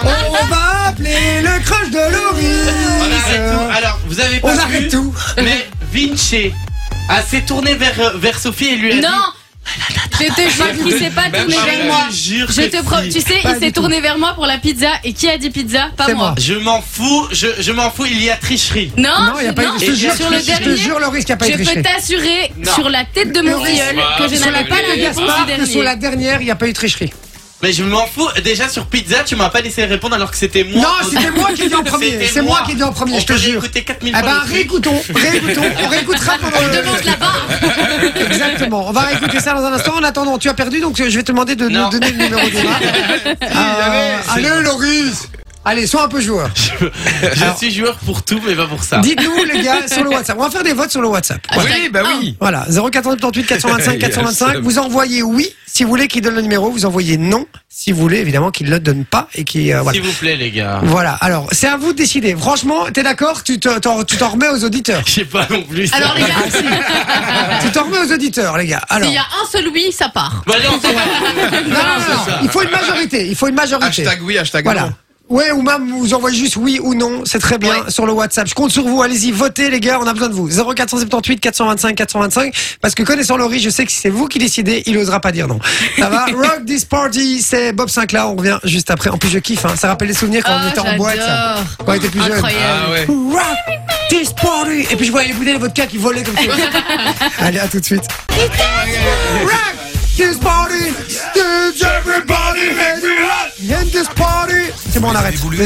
On va appeler le crush de On arrête tout. Loris. Alors, vous avez pas On vu, arrête tout. Mais Vinci a s'est tourné vers, vers Sophie et lui a dit. Non, Je te jure qu'il s'est pas tourné bah, vers moi. Je te pro- tu sais, Pas il du s'est tout. tourné vers moi pour la pizza. Et qui a dit pizza Pas C'est moi. moi. Je m'en fous, je, je m'en fous, il y a tricherie. Non, Non, il n'y a pas eu non, de je- tricherie. sur le Je te dernier, jure, Loris, qu'il n'y a pas eu Je de peux tricherie. t'assurer Non. sur la tête de mon Loris, filleul que je sur n'avais la pas tête de la réponse Gaspard, du que sur dernier. la dernière, il n'y a pas eu de tricherie. Mais je m'en fous. Déjà sur pizza, tu m'as pas laissé répondre alors que c'était moi. Non, c'était moi qui ai dit en premier. C'était C'est moi qui ai dit en premier, On je te peut jure. réécouter 4000 Eh fois ben, le truc. réécoutons, réécoutons, on *laughs* réécoutera pendant Demande le... là-bas. *laughs* Exactement, on va réécouter ça dans un instant. En attendant, tu as perdu, donc je vais te demander de nous Non. donner le numéro de *laughs* Euh, jamais, c'est Allez, Loris Allez, sois un peu joueur. Je Alors- suis joueur pour tout, mais pas pour ça. Dites-nous, les gars, sur le WhatsApp. On va faire des votes sur le WhatsApp. Oui, bah oui. Voilà, 0478 *laughs* 425 425. Yes. Vous envoyez oui si vous voulez qu'il donne le numéro, vous envoyez non si vous voulez évidemment qu'il ne le donne pas et qui Euh, voilà. S'il vous plaît, les gars. Voilà, alors c'est à vous de décider. Franchement, t'es d'accord Tu te- t'en tu t'en remets aux auditeurs. Je sais pas non plus. ça. Alors les Ah, bah, *laughs* gars, s'il tu t'en remets aux auditeurs, les gars. Alors, y a un seul oui, ça part. Bah, allez, *laughs* on s'en va. non, non, non, non, il faut une majorité. Il faut une majorité. Hashtag oui, hashtag Voilà. non. Ouais, ou même vous envoyez juste oui ou non, c'est très bien sur le WhatsApp. Je compte sur vous, allez-y, votez les gars, on a besoin de vous. 0478 425 425, parce que connaissant Laurie, je sais que si c'est vous qui décidez, il osera pas dire non. Ça va Rock this party, c'est Bob Sinclair, on revient juste après. En plus, je kiffe, hein. ça rappelle les souvenirs quand on était en boîte, ça. Ah, Oh, j'adore. quand on était plus jeune. Incroyable. Ah ouais. Rock this party Et puis je voyais les bouteilles de vodka qui volaient comme ça. *laughs* allez, à tout de suite. Rock this party, It's everybody make me hot. In this party. C'est bon, on arrête. Désolé.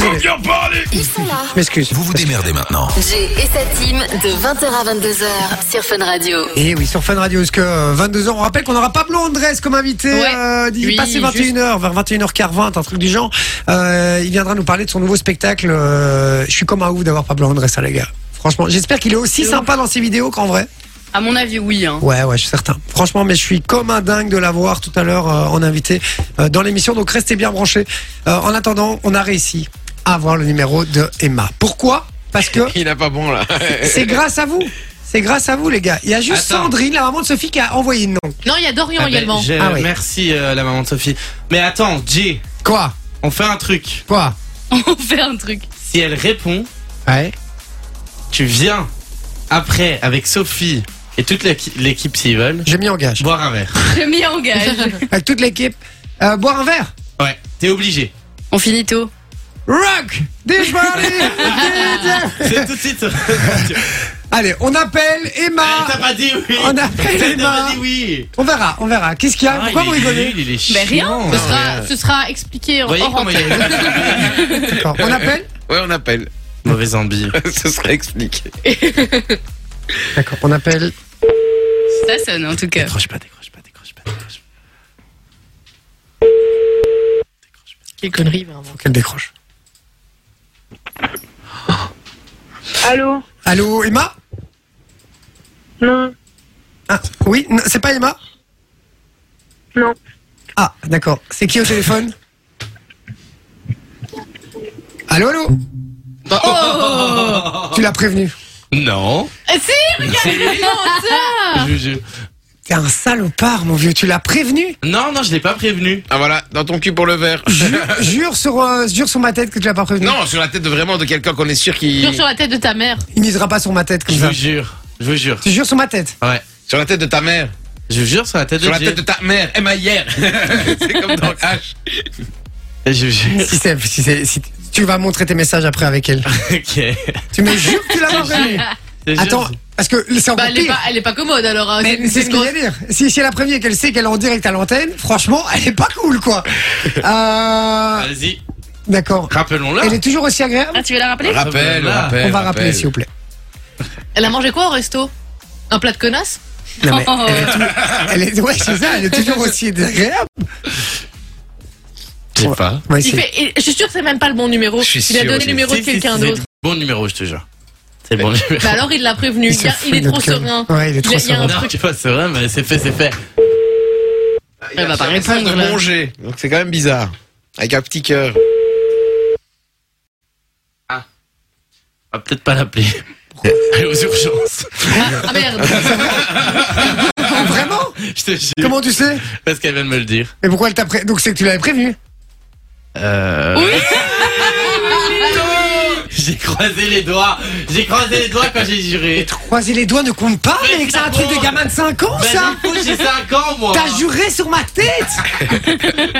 Ils sont là. Je m'excuse. Vous vous démerdez maintenant. Jay et sa team de 20h à 22h sur Fun Radio. Et Eh oui, sur Fun Radio, parce que 22h, on rappelle qu'on aura Pablo Andrés comme invité, Ouais. euh, d'ici- Oui, passé 21h, vers 21h40, un truc du genre. Euh, il viendra nous parler de son nouveau spectacle. euh, je suis comme un ouf d'avoir Pablo Andrés, ça, les gars. Franchement, j'espère qu'il est aussi sympa dans ses vidéos qu'en vrai. À mon avis, oui. hein. *laughs* Ouais, ouais, je suis certain. Franchement, mais je suis comme un dingue de l'avoir tout à l'heure euh, en invité euh, dans l'émission. Donc restez bien branchés. Euh, en attendant, on a réussi à avoir le numéro de Emma. Pourquoi Parce *laughs* que Il n'a pas bon là. c'est grâce à vous. C'est grâce à vous, les gars. Il y a juste Attends. Sandrine, la maman de Sophie, qui a envoyé non. Non, il y a Dorian Ah, bah, également. j'ai- Ah ouais. Merci euh, la maman de Sophie. Mais attends, Jay, Quoi on fait un truc. Quoi On fait un truc. Si elle répond, Ouais. tu viens après avec Sophie et toute l'équi- l'équipe s'ils veulent Je m'y engage. boire un verre. Je m'y engage. Avec toute l'équipe. Euh, boire un verre Ouais, t'es obligé. On finit tôt. Rock This party *laughs* DJ. C'est tout de suite. Ah, Allez, on appelle Emma. T'as pas dit oui. On appelle T'as Emma. pas dit oui. Ah, On verra, on verra. Qu'est-ce qu'il y a Ah, Pourquoi vous rigolez Il est Mais rien, chiant, Bah, Ce hein. sera, ce sera expliqué en Vous voyez hors comment il antenne. est D'accord. On appelle Ouais, on appelle. Mauvais zombie. *laughs* Ce serait expliqué. D'accord, on appelle. Ça sonne en tout cas. Décroche pas, décroche pas, décroche pas, décroche pas. Quelle connerie, vraiment. Qu'elle décroche. *gasps* Allô Allô, Emma Non, Ah, Oui, non, c'est pas Emma non. Ah, d'accord. C'est qui au téléphone Allô, allô Bah, oh. Tu l'as prévenu. Non. Ah, si, *laughs* Je vous jure. T'es un salopard, mon vieux. Tu l'as prévenu Non, non, je l'ai pas prévenu. Ah voilà, dans ton cul pour le verre. Jure, *laughs* jure sur, euh, jure sur ma tête que tu l'as pas prévenu. *laughs* Non, sur la tête de vraiment de quelqu'un qu'on est sûr Jure qui. sur la tête de ta mère. Il misera pas sur ma tête Je comme ça. vous jure. Je vous jure. Tu jures sur ma tête Ouais. Sur la tête de ta mère. Je vous jure sur la tête de Sur la Dieu. tête de ta mère. Emma hier. *laughs* C'est comme dans H. Je vous jure. *laughs* si, c'est- si, c'est- si tu vas montrer tes messages après avec elle. Ok. tu me jures que tu l'as pas prévenu. Je jure. Attends, parce que c'est encore Bah, elle, est pire. pas, elle est pas commode alors. hein. Mais C'est c'est une- c'est ce une que grosse- je dire. Si, si elle a prévenu et qu'elle sait qu'elle est en direct à l'antenne, franchement, elle est pas cool, quoi. Euh, Vas-y. D'accord. Rappelons-la. Elle est toujours aussi agréable Ah, tu veux la rappeler Rappel, Voilà. rappel. On va rappel. rappeler, s'il vous plaît. Elle a mangé quoi au resto Un plat de connasse Non, Ah, mais *laughs* Oh. elle est, ouais, c'est ça, elle est toujours aussi agréable. Je sais pas. On va Il essayer. fait- il- Je suis sûre que c'est même pas le bon numéro. Je suis Il a sûr donné aussi. le numéro Si, de si, quelqu'un si, c'est d'autre. le Bon numéro, je te jure. C'est le bon numéro. Bah alors il l'a prévenu. Il, se y a- il fout de est trop notre gueule. serein. Ouais, il est Il y trop a- il y serein. a bah, un *laughs* Non, truc. tu vois, c'est vrai, mais c'est fait, c'est fait. Elle va pas Message de répondre. là. manger. Donc c'est quand même bizarre. Avec un petit cœur. On va peut-être pas l'appeler. Allez aux urgences. *laughs* Ah merde. Ah, vraiment Je te jure. Comment tu sais Parce qu'elle vient de me le dire. Mais pourquoi elle t'a pré... Donc c'est que tu l'avais prévenu. Euh. Oui. *laughs* J'ai J'ai croisé les doigts. J'ai croisé les doigts quand j'ai juré. Croiser les doigts ne compte pas, Mais mec, c'est un truc d'abord. de gamin de 5 Bah, ans, Ben, ça j'ai- j'ai 5 ans, moi. T'as juré sur ma tête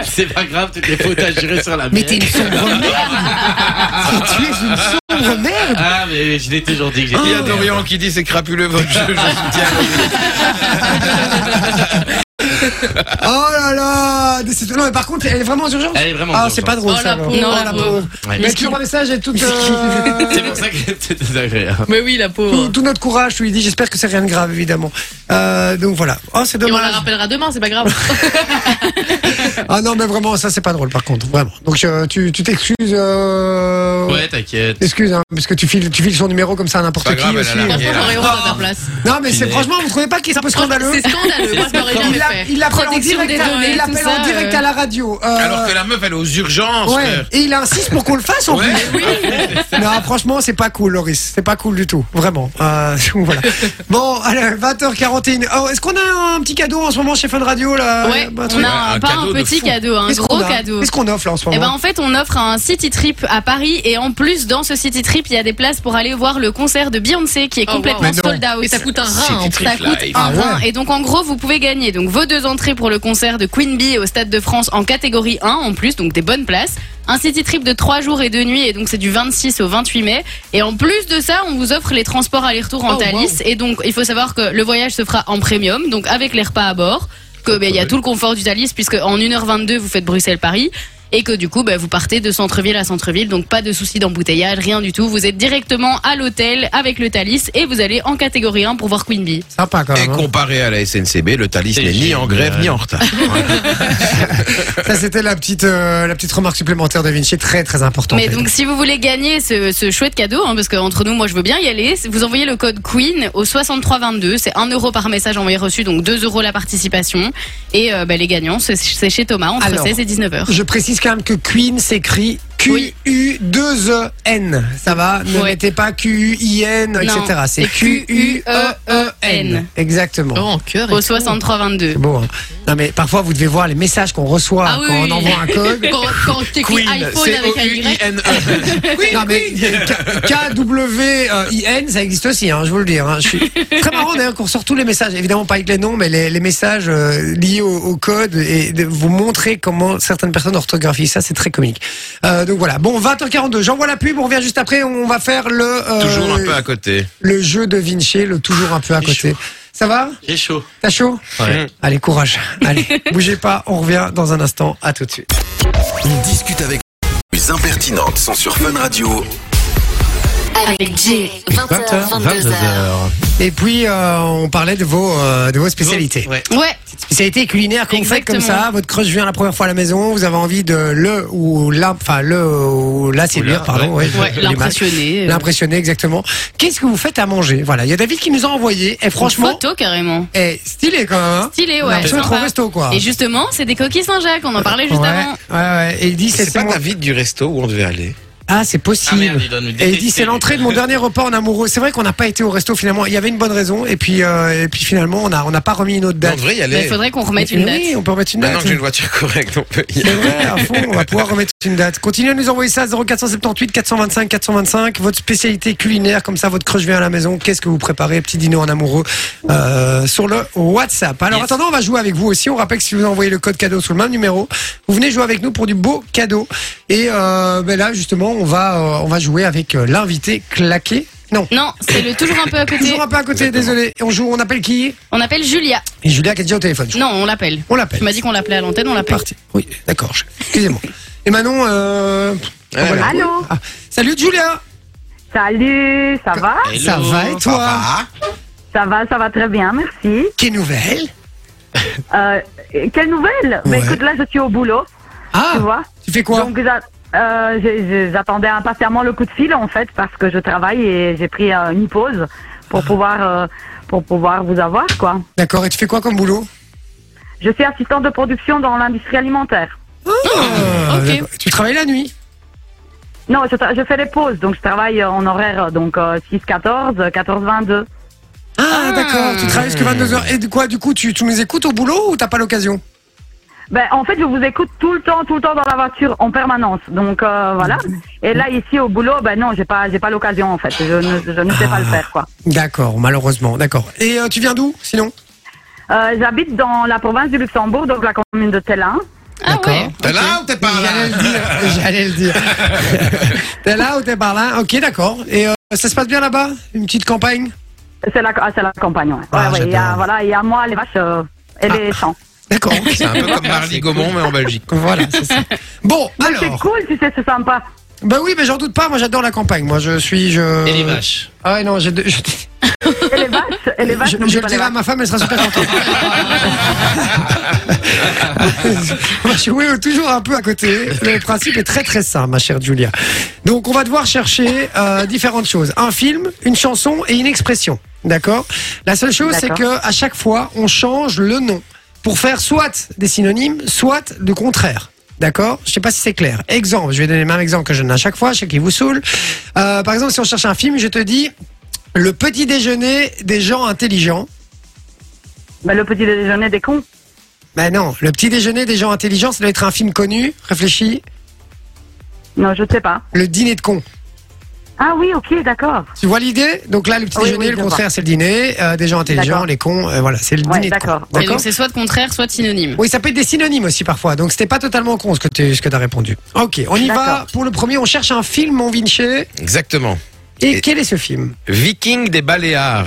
C'est pas grave, toutes les fautes, t'as juré sur la Mais mienne. t'es une sombre merde Tu es une sombre merde *laughs* Ah, mais je l'ai toujours dit que Il y Ah. Ah, j'étais. a Dorian qui dit c'est crapuleux votre jeu, je soutiens. Oh là là C'est- Non mais par contre, elle est vraiment en urgence Elle est vraiment. Ah en c'est pas urgence. drôle Oh, ça la alors. pauvre. Non, la pauvre. Ouais. Mais toujours un message *laughs* et tout, euh, C'est pour ça que *laughs* c'est désagréable. Mais oui, la tout, pauvre. tout notre courage, je lui dis, j'espère que c'est rien de grave évidemment. Euh, donc voilà. Oh c'est Et on la dommage. rappellera demain, c'est pas grave. Ah non mais vraiment ça c'est pas drôle par contre, vraiment. Donc euh, tu tu t'excuses euh... Ouais, t'inquiète. Excuse, hein, parce que tu files, tu files son numéro comme ça à n'importe Pas qui grave, elle a aussi. hein. la- Franchement, Yeah. j'aurais honte à ta Ah, place. Non, mais c'est Punaise. franchement, vous trouvez pas qu'il est un peu scandaleux C'est scandaleux, moi je l'aurais jamais Il l'a- fait. Il l'appelle en Protection direct, des à, données, il l'appelle tout ça, en direct euh. à la radio. Euh, Alors que la meuf elle est aux urgences. ouais. Oh, frère. Et il insiste pour qu'on le fasse en Ouais. plus. Non, franchement, c'est pas cool, Loris. C'est pas cool du tout, vraiment. Euh, *laughs* voilà. Bon, allez, 20h41. Oh, Est-ce qu'on a un petit cadeau en ce moment chez Fun Radio là Ouais, bah, Un on truc a Ouais, un, un pas cadeau un de petit fou. cadeau, un Qu'est-ce gros qu'on a cadeau. Qu'est-ce qu'on offre là en ce Et moment ben en fait, on offre un city trip à Paris et en plus dans ce city trip, il y a des places pour aller voir le concert de Beyoncé qui est Oh, complètement wow. Mais non. sold out. Et ça coûte un rein. en City plus. Trip Ça coûte Live. un Ah ouais. rein. Et donc en gros, vous pouvez gagner donc vos deux entrées pour le concert de Queen Bee au Stade de France en catégorie 1 en plus, donc des bonnes places. Un city trip de 3 jours et 2 nuits et donc c'est du 26 au 28 mai. Et en plus de ça, on vous offre les transports aller-retour en Oh, Thalys. Et donc il faut savoir que le voyage se fera en premium, donc avec les repas à bord. Que ben, il y a tout le confort du Thalys puisque en 1h22 vous faites Bruxelles-Paris. Et que du coup, ben, vous partez de centre-ville à centre-ville, donc pas de soucis d'embouteillage, rien du tout. Vous êtes directement à l'hôtel avec le Thalys et vous allez en catégorie 1 pour voir Queen Bee. Sympa quand Et même. hein. comparé à la SNCB, le Thalys C'est n'est ni en génial. grève ni en *laughs* retard. Ça, c'était la petite, euh, la petite remarque supplémentaire de Vinci, très très importante. Mais donc si vous voulez gagner ce, ce chouette cadeau, hein, parce qu'entre nous, moi je veux bien y aller, vous envoyez le code Queen au 6322, c'est 1 euro par message envoyé reçu, donc 2 euros la participation. Et euh, bah, les gagnants, c'est- c'est chez Thomas entre Alors, 16 et 19h. Je précise quand même que Queen s'écrit Oui. Q-U-2-E-N. E Ça va Ne Ouais. mettez pas Q-U-I-N, etc. C'est c'est E Q-U-E-E-N. Q-U-E-E-N. E Exactement. Oh, en cœur. et Au tout. 6322. C'est beau, hein. Non, mais parfois, vous devez voir les messages qu'on reçoit Ah oui, quand oui. on envoie un *laughs* code. Quand, quand je t'écris iPhone avec un Y. C-O-U-I-N-E. non, mais K- K-W-I-N, ça existe aussi, hein, je vous le dire. hein. Je suis très marrant d'ailleurs qu'on ressort tous les messages, évidemment pas avec les noms, mais les, les messages euh, liés au, au code et de vous montrer comment certaines personnes orthographient. Ça, c'est très comique. Euh, donc voilà. Bon, 20h42, j'envoie la pub, on revient juste après, on va faire le, euh, Toujours un peu à côté. le jeu de Vinci, le toujours un peu à Il est côté. Ça va J'ai chaud. T'as chaud Ouais. Allez, courage. Allez, bougez pas, on revient dans un instant. À tout de suite. On discute avec les plus impertinentes sont sur Fun Radio. Avec Jay, 20h, 22h. Et puis, euh, on parlait de vos, euh, de vos spécialités. Ouais. Ouais, Spécialités culinaires qu'on fait comme Exactement. ça. Votre crush vient la première fois à la maison, vous avez envie de le ou la, enfin le ou la séduire, la, pardon. ouais. ouais, ouais j'ai du mal. l'impressionné. euh, L'impressionner, exactement. Qu'est-ce que vous faites à manger Voilà, il y a David qui nous a envoyé. Et Une franchement, photo carrément. eh, stylé quand même. hein. Stylé, On a ouais. l'impression d'être au sympa. resto, quoi. Et justement, c'est des coquilles Saint-Jacques, on en parlait juste ouais, avant. ouais, ouais. Et il dit, c'est C'est pas mon- la vide du resto où on devait aller. Ah, c'est Ah merde, possible. il doit nous Et il dit détester, c'est lui. l'entrée de mon dernier repas en amoureux. C'est vrai qu'on n'a pas été au resto finalement. Il y avait une bonne raison et puis euh, et puis finalement on a on n'a pas remis une autre On date. devrait y Mais aller. il faudrait qu'on remette Eh une date. oui, on peut remettre une Maintenant date. que j'ai une voiture correcte, on peut y C'est aller. vrai, à fond, on va pouvoir remettre une date. Continuez à nous envoyer ça 0478 425 425. Votre spécialité culinaire, comme ça votre crush vient à la maison. Qu'est-ce que vous préparez, petit dîner en amoureux euh, sur le WhatsApp. Alors Yes. attendant, on va jouer avec vous aussi. On rappelle que si vous envoyez le code cadeau sous le même numéro, vous venez jouer avec nous pour du beau cadeau. Et euh, ben là justement, on va euh, on va jouer avec euh, l'invité claqué. Non. Non, c'est le toujours un peu à côté. Toujours un peu à côté, désolé. Et on joue, on appelle qui On appelle Julia. Et Julia qui est déjà au téléphone. je crois. Non, on l'appelle. On Tu l'appelle. m'as dit qu'on l'appelait à l'antenne, on l'appelle. Parti. Oui, d'accord. je- Excusez-moi. Et Manon, euh... on va la- Allô Ah, Salut Julia Salut, ça va Ah, Ça va et toi Ça va, ça va très bien, merci. Quelle nouvelle Euh, quelle nouvelle Mais Ouais. écoute, là, je suis au boulot, Ah tu vois. Tu fais quoi Donc, j'a- euh, j'ai- j'ai- j'attendais impatiemment le coup de fil, en fait, parce que je travaille et j'ai pris euh, une pause pour pouvoir, euh, pour pouvoir vous avoir, quoi. D'accord, et tu fais quoi comme boulot Je suis assistante de production dans l'industrie alimentaire. Ah, ok. d'accord. Tu travailles la nuit Non, je, tra- je fais les pauses, donc je travaille euh, en horaire, euh, donc euh, 6-14, euh, 14-22. Ah, Ah. d'accord, tu travailles jusqu'à 22h. Et de quoi, du coup, tu, tu nous écoutes au boulot ou t'as pas l'occasion Ben, en fait, je vous écoute tout le temps, tout le temps dans la voiture, en permanence. Donc euh, voilà. Et là, ici au boulot, ben non, j'ai pas, j'ai pas l'occasion en fait. Je ne, je ne sais pas le faire quoi. D'accord, malheureusement, d'accord. Et euh, tu viens d'où, sinon Euh, J'habite dans la province du Luxembourg, donc la commune de Tellin. Ah ouais. T'es là ou t'es pas J'allais là le dire, *laughs* j'allais le dire. t'es là ou t'es par là Ok, d'accord. Et euh, ça se passe bien là-bas Une petite campagne C'est la, ah, c'est la campagne. Ouais. Ah, Ouais, ouais, il y a, j'adore. voilà, il y a moi, les vaches euh, et Ah. les champs. D'accord. C'est un peu comme Marly Gaumont, mais en Belgique. Voilà, c'est ça. *laughs* Bon, Mais C'est alors. cool, tu sais, c'est sympa. Bah oui, mais j'en doute pas. Moi, j'adore la campagne. Moi, je suis. Je... Et euh, les vaches. Ah ouais, non, j'ai deux- je, Et les vaches, et les vaches. je- n'oublie je le pas les dirai à ma femme, elle sera super contente. Moi, je suis *laughs* oui, toujours un peu à côté. Le principe est très très simple, ma chère Julia. Donc, on va devoir chercher euh, différentes choses un film, une chanson et une expression. D'accord. La seule chose, c'est que D'accord. à chaque fois, on change le nom pour faire soit des synonymes, soit le contraire. D'accord Je sais pas si c'est clair. Exemple, je vais donner le même exemple que je donne à chaque fois, je sais qu'il vous saoule. Euh, par exemple, si on cherche un film, je te dis le petit déjeuner des gens intelligents. Ben, le petit déjeuner des cons. Ben non, le petit déjeuner des gens intelligents, ça doit être un film connu, réfléchi. Non, je ne sais pas. Le dîner de con. Ah oui, ok, d'accord. Tu vois l'idée Donc là, le petit Oui, déjeuner, oui, le je contraire, c'est le dîner. euh, des gens intelligents, D'accord. les cons, euh, voilà, c'est le Ouais, dîner de con. d'accord. Et donc c'est soit contraire, soit synonyme. Oui, ça peut être des synonymes aussi parfois. Donc c'était pas totalement con ce que tu as répondu. Ok, on y va. D'accord. Pour le premier, on cherche un film, mon Vinci. Et, Exactement. Et- quel est ce film Viking des Baléares.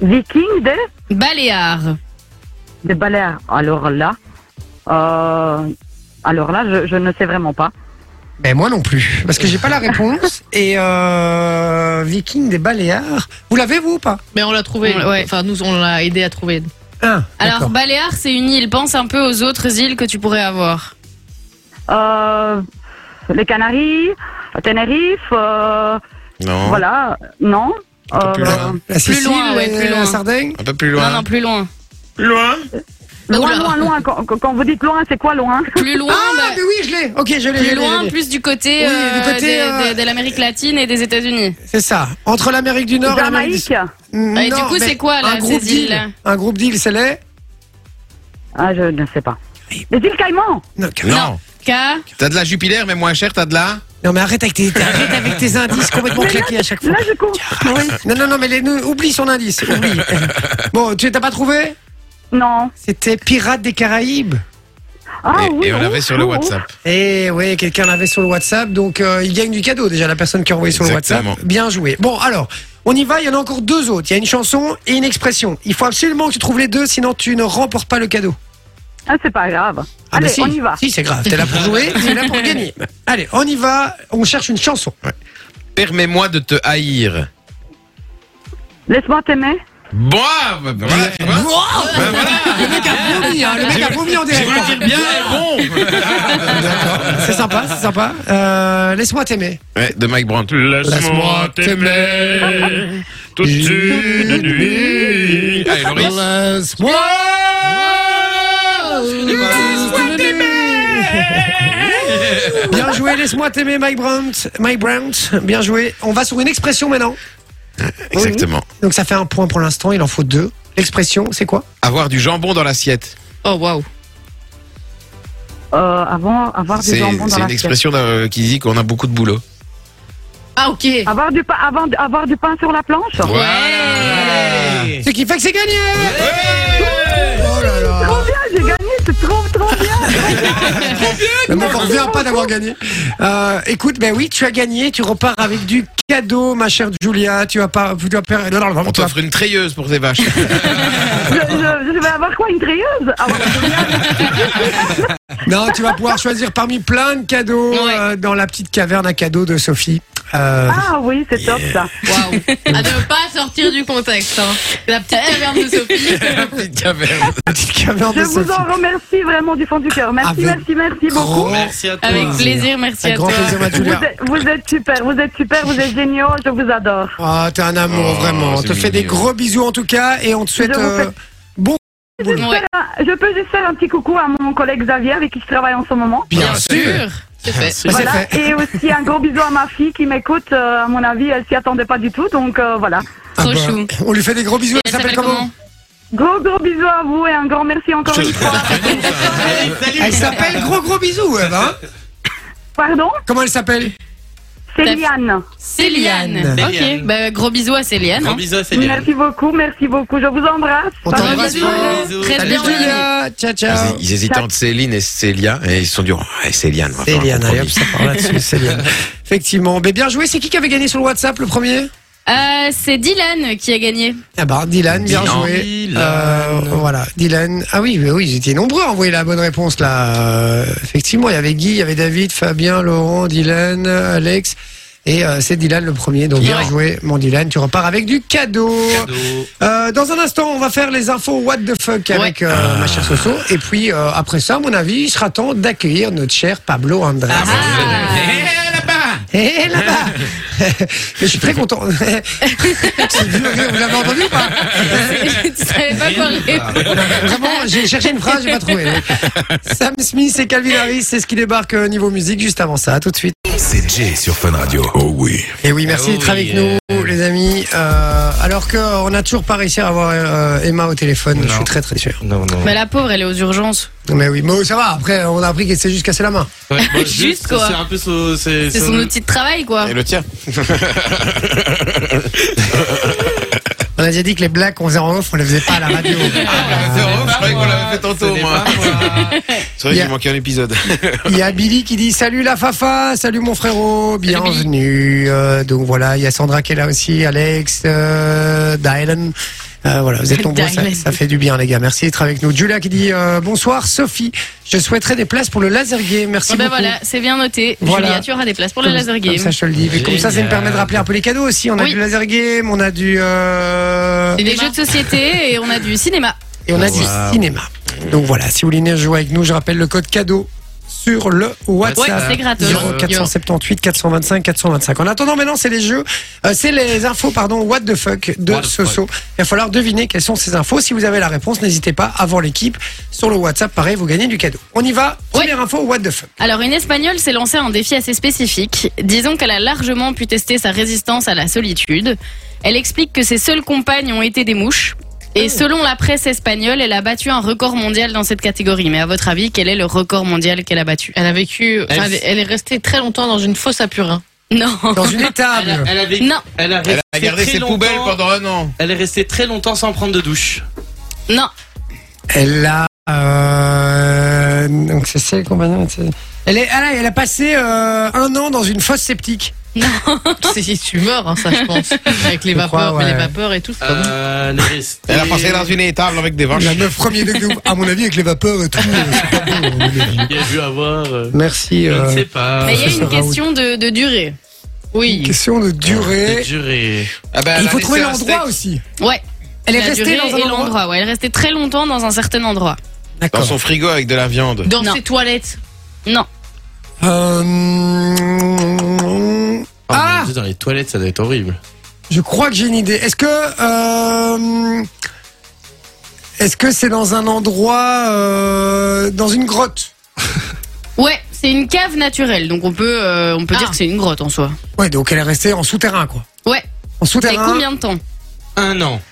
Viking de, Baléares. de Balear. Alors là, euh, alors là, je, je ne sais vraiment pas. Ben moi non plus, parce que j'ai pas la réponse. *laughs* Et euh, Viking des Baléares. Vous l'avez vous ou pas Mais on l'a trouvé. On- ouais. Enfin, nous, on l'a aidé à trouver. Un. Alors d'accord. Baléares c'est une île. Pense un peu aux autres îles que tu pourrais avoir. Euh, les Canaries, Tenerife, euh, Non. voilà, non. peu Oh, plus Euh, loin. La Sicile, loin, ouais, et plus loin. La Sardaigne. Un peu plus Non loin. non plus loin. Loin. loin, Oula. loin, loin. Quand, quand vous dites loin, c'est quoi loin Plus loin. Ah, bah, mais oui, je l'ai. Ok, je l'ai. je plus l'ai, je loin, l'ai. plus du côté, Oui, euh, du côté, des- euh, des- de l'Amérique latine et des États-Unis. C'est ça. Entre l'Amérique du Nord et l'Amérique du Jamaïque. Sud. Et Non, du coup, mais c'est quoi, là, un groupe ces îles, là d'îles Un groupe d'îles, c'est les. Ah, je ne sais pas. Les îles Caïmans. Non, Non. K. T'as de la Jupiler, mais moins cher, t'as de la. non, mais arrête avec tes, arrête *laughs* avec tes indices complètement claqués à chaque fois. Là, je compte. Oui. Non, non, non, mais les, nous, oublie son indice. *laughs* Oublie. bon, tu t'as pas trouvé Non. C'était Pirates des Caraïbes. Ah et, oui. oh, et on oui, l'avait sur le oui, oui. WhatsApp. Eh oui, quelqu'un l'avait sur le WhatsApp, donc euh, il gagne du cadeau déjà, la personne qui a envoyé sur le Exactement. WhatsApp. Bien joué. Bon, alors, on y va, il y en a encore deux autres. Il y a une chanson et une expression. Il faut absolument que tu trouves les deux, sinon tu ne remportes pas le cadeau. Ah, c'est pas grave. Ah, Allez, bah si, on y va. Si, c'est grave, t'es là pour jouer, t'es là pour gagner. *laughs* Allez, on y va, on cherche une chanson. Permets-moi de te haïr. Laisse-moi t'aimer. Bon, bah, voilà, tu vois. Ben voilà. Le mec a vomi, hein, le mec a vomi en J'ai direct. voulu dire bien et bon. *laughs* D'accord, c'est sympa, c'est sympa. Euh, Laisse-moi t'aimer. Ouais, de Mike Brandt. Laisse-moi t'aimer toute une nuit. Allez, Laurie. Laisse-moi Bien joué, laisse-moi t'aimer, Mike Brandt. Mike Brandt, bien joué. On va sur une expression maintenant. Exactement. Donc ça fait un point pour l'instant, il en faut deux. L'expression, c'est quoi Avoir du jambon dans l'assiette. Oh, waouh. Euh, avant, avoir du C'est jambon dans c'est une l'assiette. expression d'un- euh, qui dit qu'on a beaucoup de boulot. Ah, ok. Avoir du pain, avant, avoir du pain sur la planche. Voilà. Ce qui fait que c'est gagné Oh là là Trop bien, j'ai gagné, c'est trop, trop bien. Le mec en revient pas d'avoir gagné. Euh, écoute, ben oui, tu as gagné, tu repars avec du cadeau, ma chère Julia. Tu vas pas, tu vas perdre. non, non, non, On tu vas- t'offre une treilleuse pour tes vaches. Je, je- je vais avoir quoi, une treilleuse Ah ouais, non, tu vas pouvoir choisir parmi plein de cadeaux Ouais. euh, dans la petite caverne à cadeaux de Sophie. Euh, Ah oui, c'est top ça. *laughs* Waouh. à ne pas sortir du contexte. hein. La petite Eh. caverne de Sophie. *laughs* La petite caverne. petite caverne Je de vous Sophie. en remercie vraiment du fond du cœur. Merci, Avec merci, merci beaucoup. oh. Grand, Merci à toi. Ah. Avec plaisir, merci un à grand toi. plaisir, ma Vous Julia. êtes, vous êtes super, vous êtes super, vous êtes géniaux, je vous adore. Ah, t'es un amour, Oh, vraiment. On c'est te fait mignon. des gros bisous en tout cas et on te souhaite Je vous euh, fais- bon boulot. Ouais. Ah, Je peux juste faire un petit coucou à mon collègue Xavier avec qui je travaille en ce moment. Bien Ah, sûr. C'est fait. Ah, c'est Voilà. fait. Et aussi un gros bisou à ma fille qui m'écoute. euh, à mon avis, elle s'y attendait pas du tout, donc euh, voilà. Trop Ah bah, chou. On lui fait des gros bisous. Et elle s'appelle comment Ben, Gros gros bisous à vous et un grand merci encore une fois. Elle s'appelle Gros Gros Bisous, elle, hein Pardon Comment elle s'appelle C'est Liane. Céliane. Céliane. Ok, bah, gros bisous à Céliane. Grand hein. bisou à Céline. Merci beaucoup, merci beaucoup. Je vous embrasse. On Passez t'embrasse, une bonne Liane. journée. Bisous. Très Salut bien. Julia, ciao ciao. Ils, ils hésitaient entre Céline et Célia et ils se sont dit, oh, ouais, Céliane. on va faire un Céliane, allez hop, compromis. ça part là-dessus, Céliane. *laughs* Effectivement, mais bien joué, c'est qui qui avait gagné sur le WhatsApp le premier Euh, c'est Dylan qui *laughs* a gagné. Ah bah Dylan, bien Dylan. joué. Dylan. Euh, voilà, Dylan. Ah oui, oui, oui, ils étaient nombreux à envoyer la bonne réponse là. Euh, effectivement, il y avait Guy, il y avait David, Fabien, Laurent, Dylan, euh, Alex. Et euh, c'est Dylan le premier, donc bien Dylan. joué, mon Dylan. Tu repars avec du cadeau. Cadeau. Euh, dans un instant, on va faire les infos What the fuck avec euh, ma chère Soso. Et puis euh, après ça, à mon avis, il sera temps d'accueillir notre cher Pablo Andrés. Ah. Eh, là-bas Hé là-bas *laughs* Mais Je suis très content. *laughs* C'est dur, Vous l'avez entendu ou pas Je savais pas quoi répondre. Vraiment, j'ai cherché une phrase, j'ai pas trouvé. Sam Smith et Calvin Harris, c'est ce qui débarque euh, niveau musique juste avant ça. À tout de suite. C'est Jay sur Fun Radio. Oh oui. Et oui, merci Oh d'être avec yeah. nous, les amis. Euh, alors que euh, on n'a toujours pas réussi à avoir euh, Emma au téléphone, je suis très très sûr. Non, non. Mais Bah, la Ah, pauvre, elle est aux urgences. Mais oui, mais ça va. Après, on a appris qu'elle s'est juste cassée la main. Ouais, *laughs* bon, Juste, quoi. C'est un peu son- c'est C'est son- Euh, son outil de travail, quoi. Et le tien On a déjà dit que les blagues qu'on faisait en off, on les faisait pas à la radio. Ah, Ah, je croyais qu'on l'avait fait Ce tantôt, n'est moi. pas moi. C'est vrai Il y qu'il a- manquait un épisode. Il y a Billy qui dit salut la Fafa, salut mon frérot, bienvenue. Euh, donc voilà, il y a Sandra qui est là aussi, Alex, euh, Dylan. Euh, voilà, vous êtes nombreux, ça, Dylan. ça fait du bien les gars. Merci d'être avec nous. Julia qui dit euh, bonsoir Sophie, je souhaiterais des places pour le laser game. Merci Ah ben beaucoup. voilà, c'est bien noté. Voilà. Julia, tu auras des places pour le Comme- laser game. Comme ça, je te le dis. Mais comme ça, ça me Génial. permet de rappeler un peu les cadeaux aussi. On a Oui. du laser game, on a du euh, Des jeux de société et on a du cinéma. et on a Wow. du cinéma. Donc voilà, si vous voulez venir jouer avec nous, je rappelle le code cadeau sur le Ouais, WhatsApp. c'est gratos. Euh, 0478 425 425. En attendant, maintenant, c'est les jeux, euh, c'est les infos, pardon, what the fuck de What the Soso. Il va falloir deviner quelles sont ces infos. Si vous avez la réponse, n'hésitez pas avant l'équipe sur le WhatsApp. Pareil, vous gagnez du cadeau. On y va. Première info, what the fuck. Alors, une Espagnole s'est lancée à un défi assez spécifique. Disons qu'elle a largement pu tester sa résistance à la solitude. Elle explique que ses seules compagnes ont été des mouches. Oh. Et selon la presse espagnole, elle a battu un record mondial dans cette catégorie. Mais à votre avis, quel est le record mondial qu'elle a battu Elle a vécu. enfin, Elle- Elle, elle est restée très longtemps dans une fosse à purin. *laughs* Non. Dans *laughs* une Elle a- étable. elle avait- Non. Elle a *laughs* Elle resté a gardé très ses longtemps- poubelles pendant un an. Elle est restée très longtemps sans prendre de douche. Non. Elle a. euh, donc, c'est celle compagnon. c'est- Elle, est, elle, a, elle a passé euh, un an dans une fosse septique. C'est si tu meurs, hein, ça, je *laughs* pense. Avec les Je crois, vapeurs, mais les ouais. vapeurs et tout. c'est pas bon. Euh, elle est restée- Ah Elle a passé dans une étable avec des vaches. La meuf premier degré, à mon avis, avec les vapeurs et tout. euh, c'est pas bon, à mon avis. Il y a dû avoir. euh, Merci. Je euh, ne sais pas. Ah, Mais il y a ça une sera question de, de durée. Oui. question de durée. Des durées. Ah ben, elle Il a faut laissé trouver un l'endroit steak aussi. Ouais. Elle est La restée durée dans et Ah, un endroit. l'endroit. Ouais, elle est restée très longtemps dans un certain endroit. Dans D'accord. son frigo avec de la viande. Dans Non. ses toilettes. Non. Euh, Oh, Ah mon Dieu, dans les toilettes, ça doit être horrible. Je crois que j'ai une idée. Est-ce que euh, est-ce que c'est dans un endroit euh, dans une grotte Ouais, c'est une cave naturelle, donc on peut, euh, on peut Ah. dire que c'est une grotte en soi. Ouais, donc elle est restée en souterrain quoi. Ouais. En C'est souterrain. combien de temps Un an.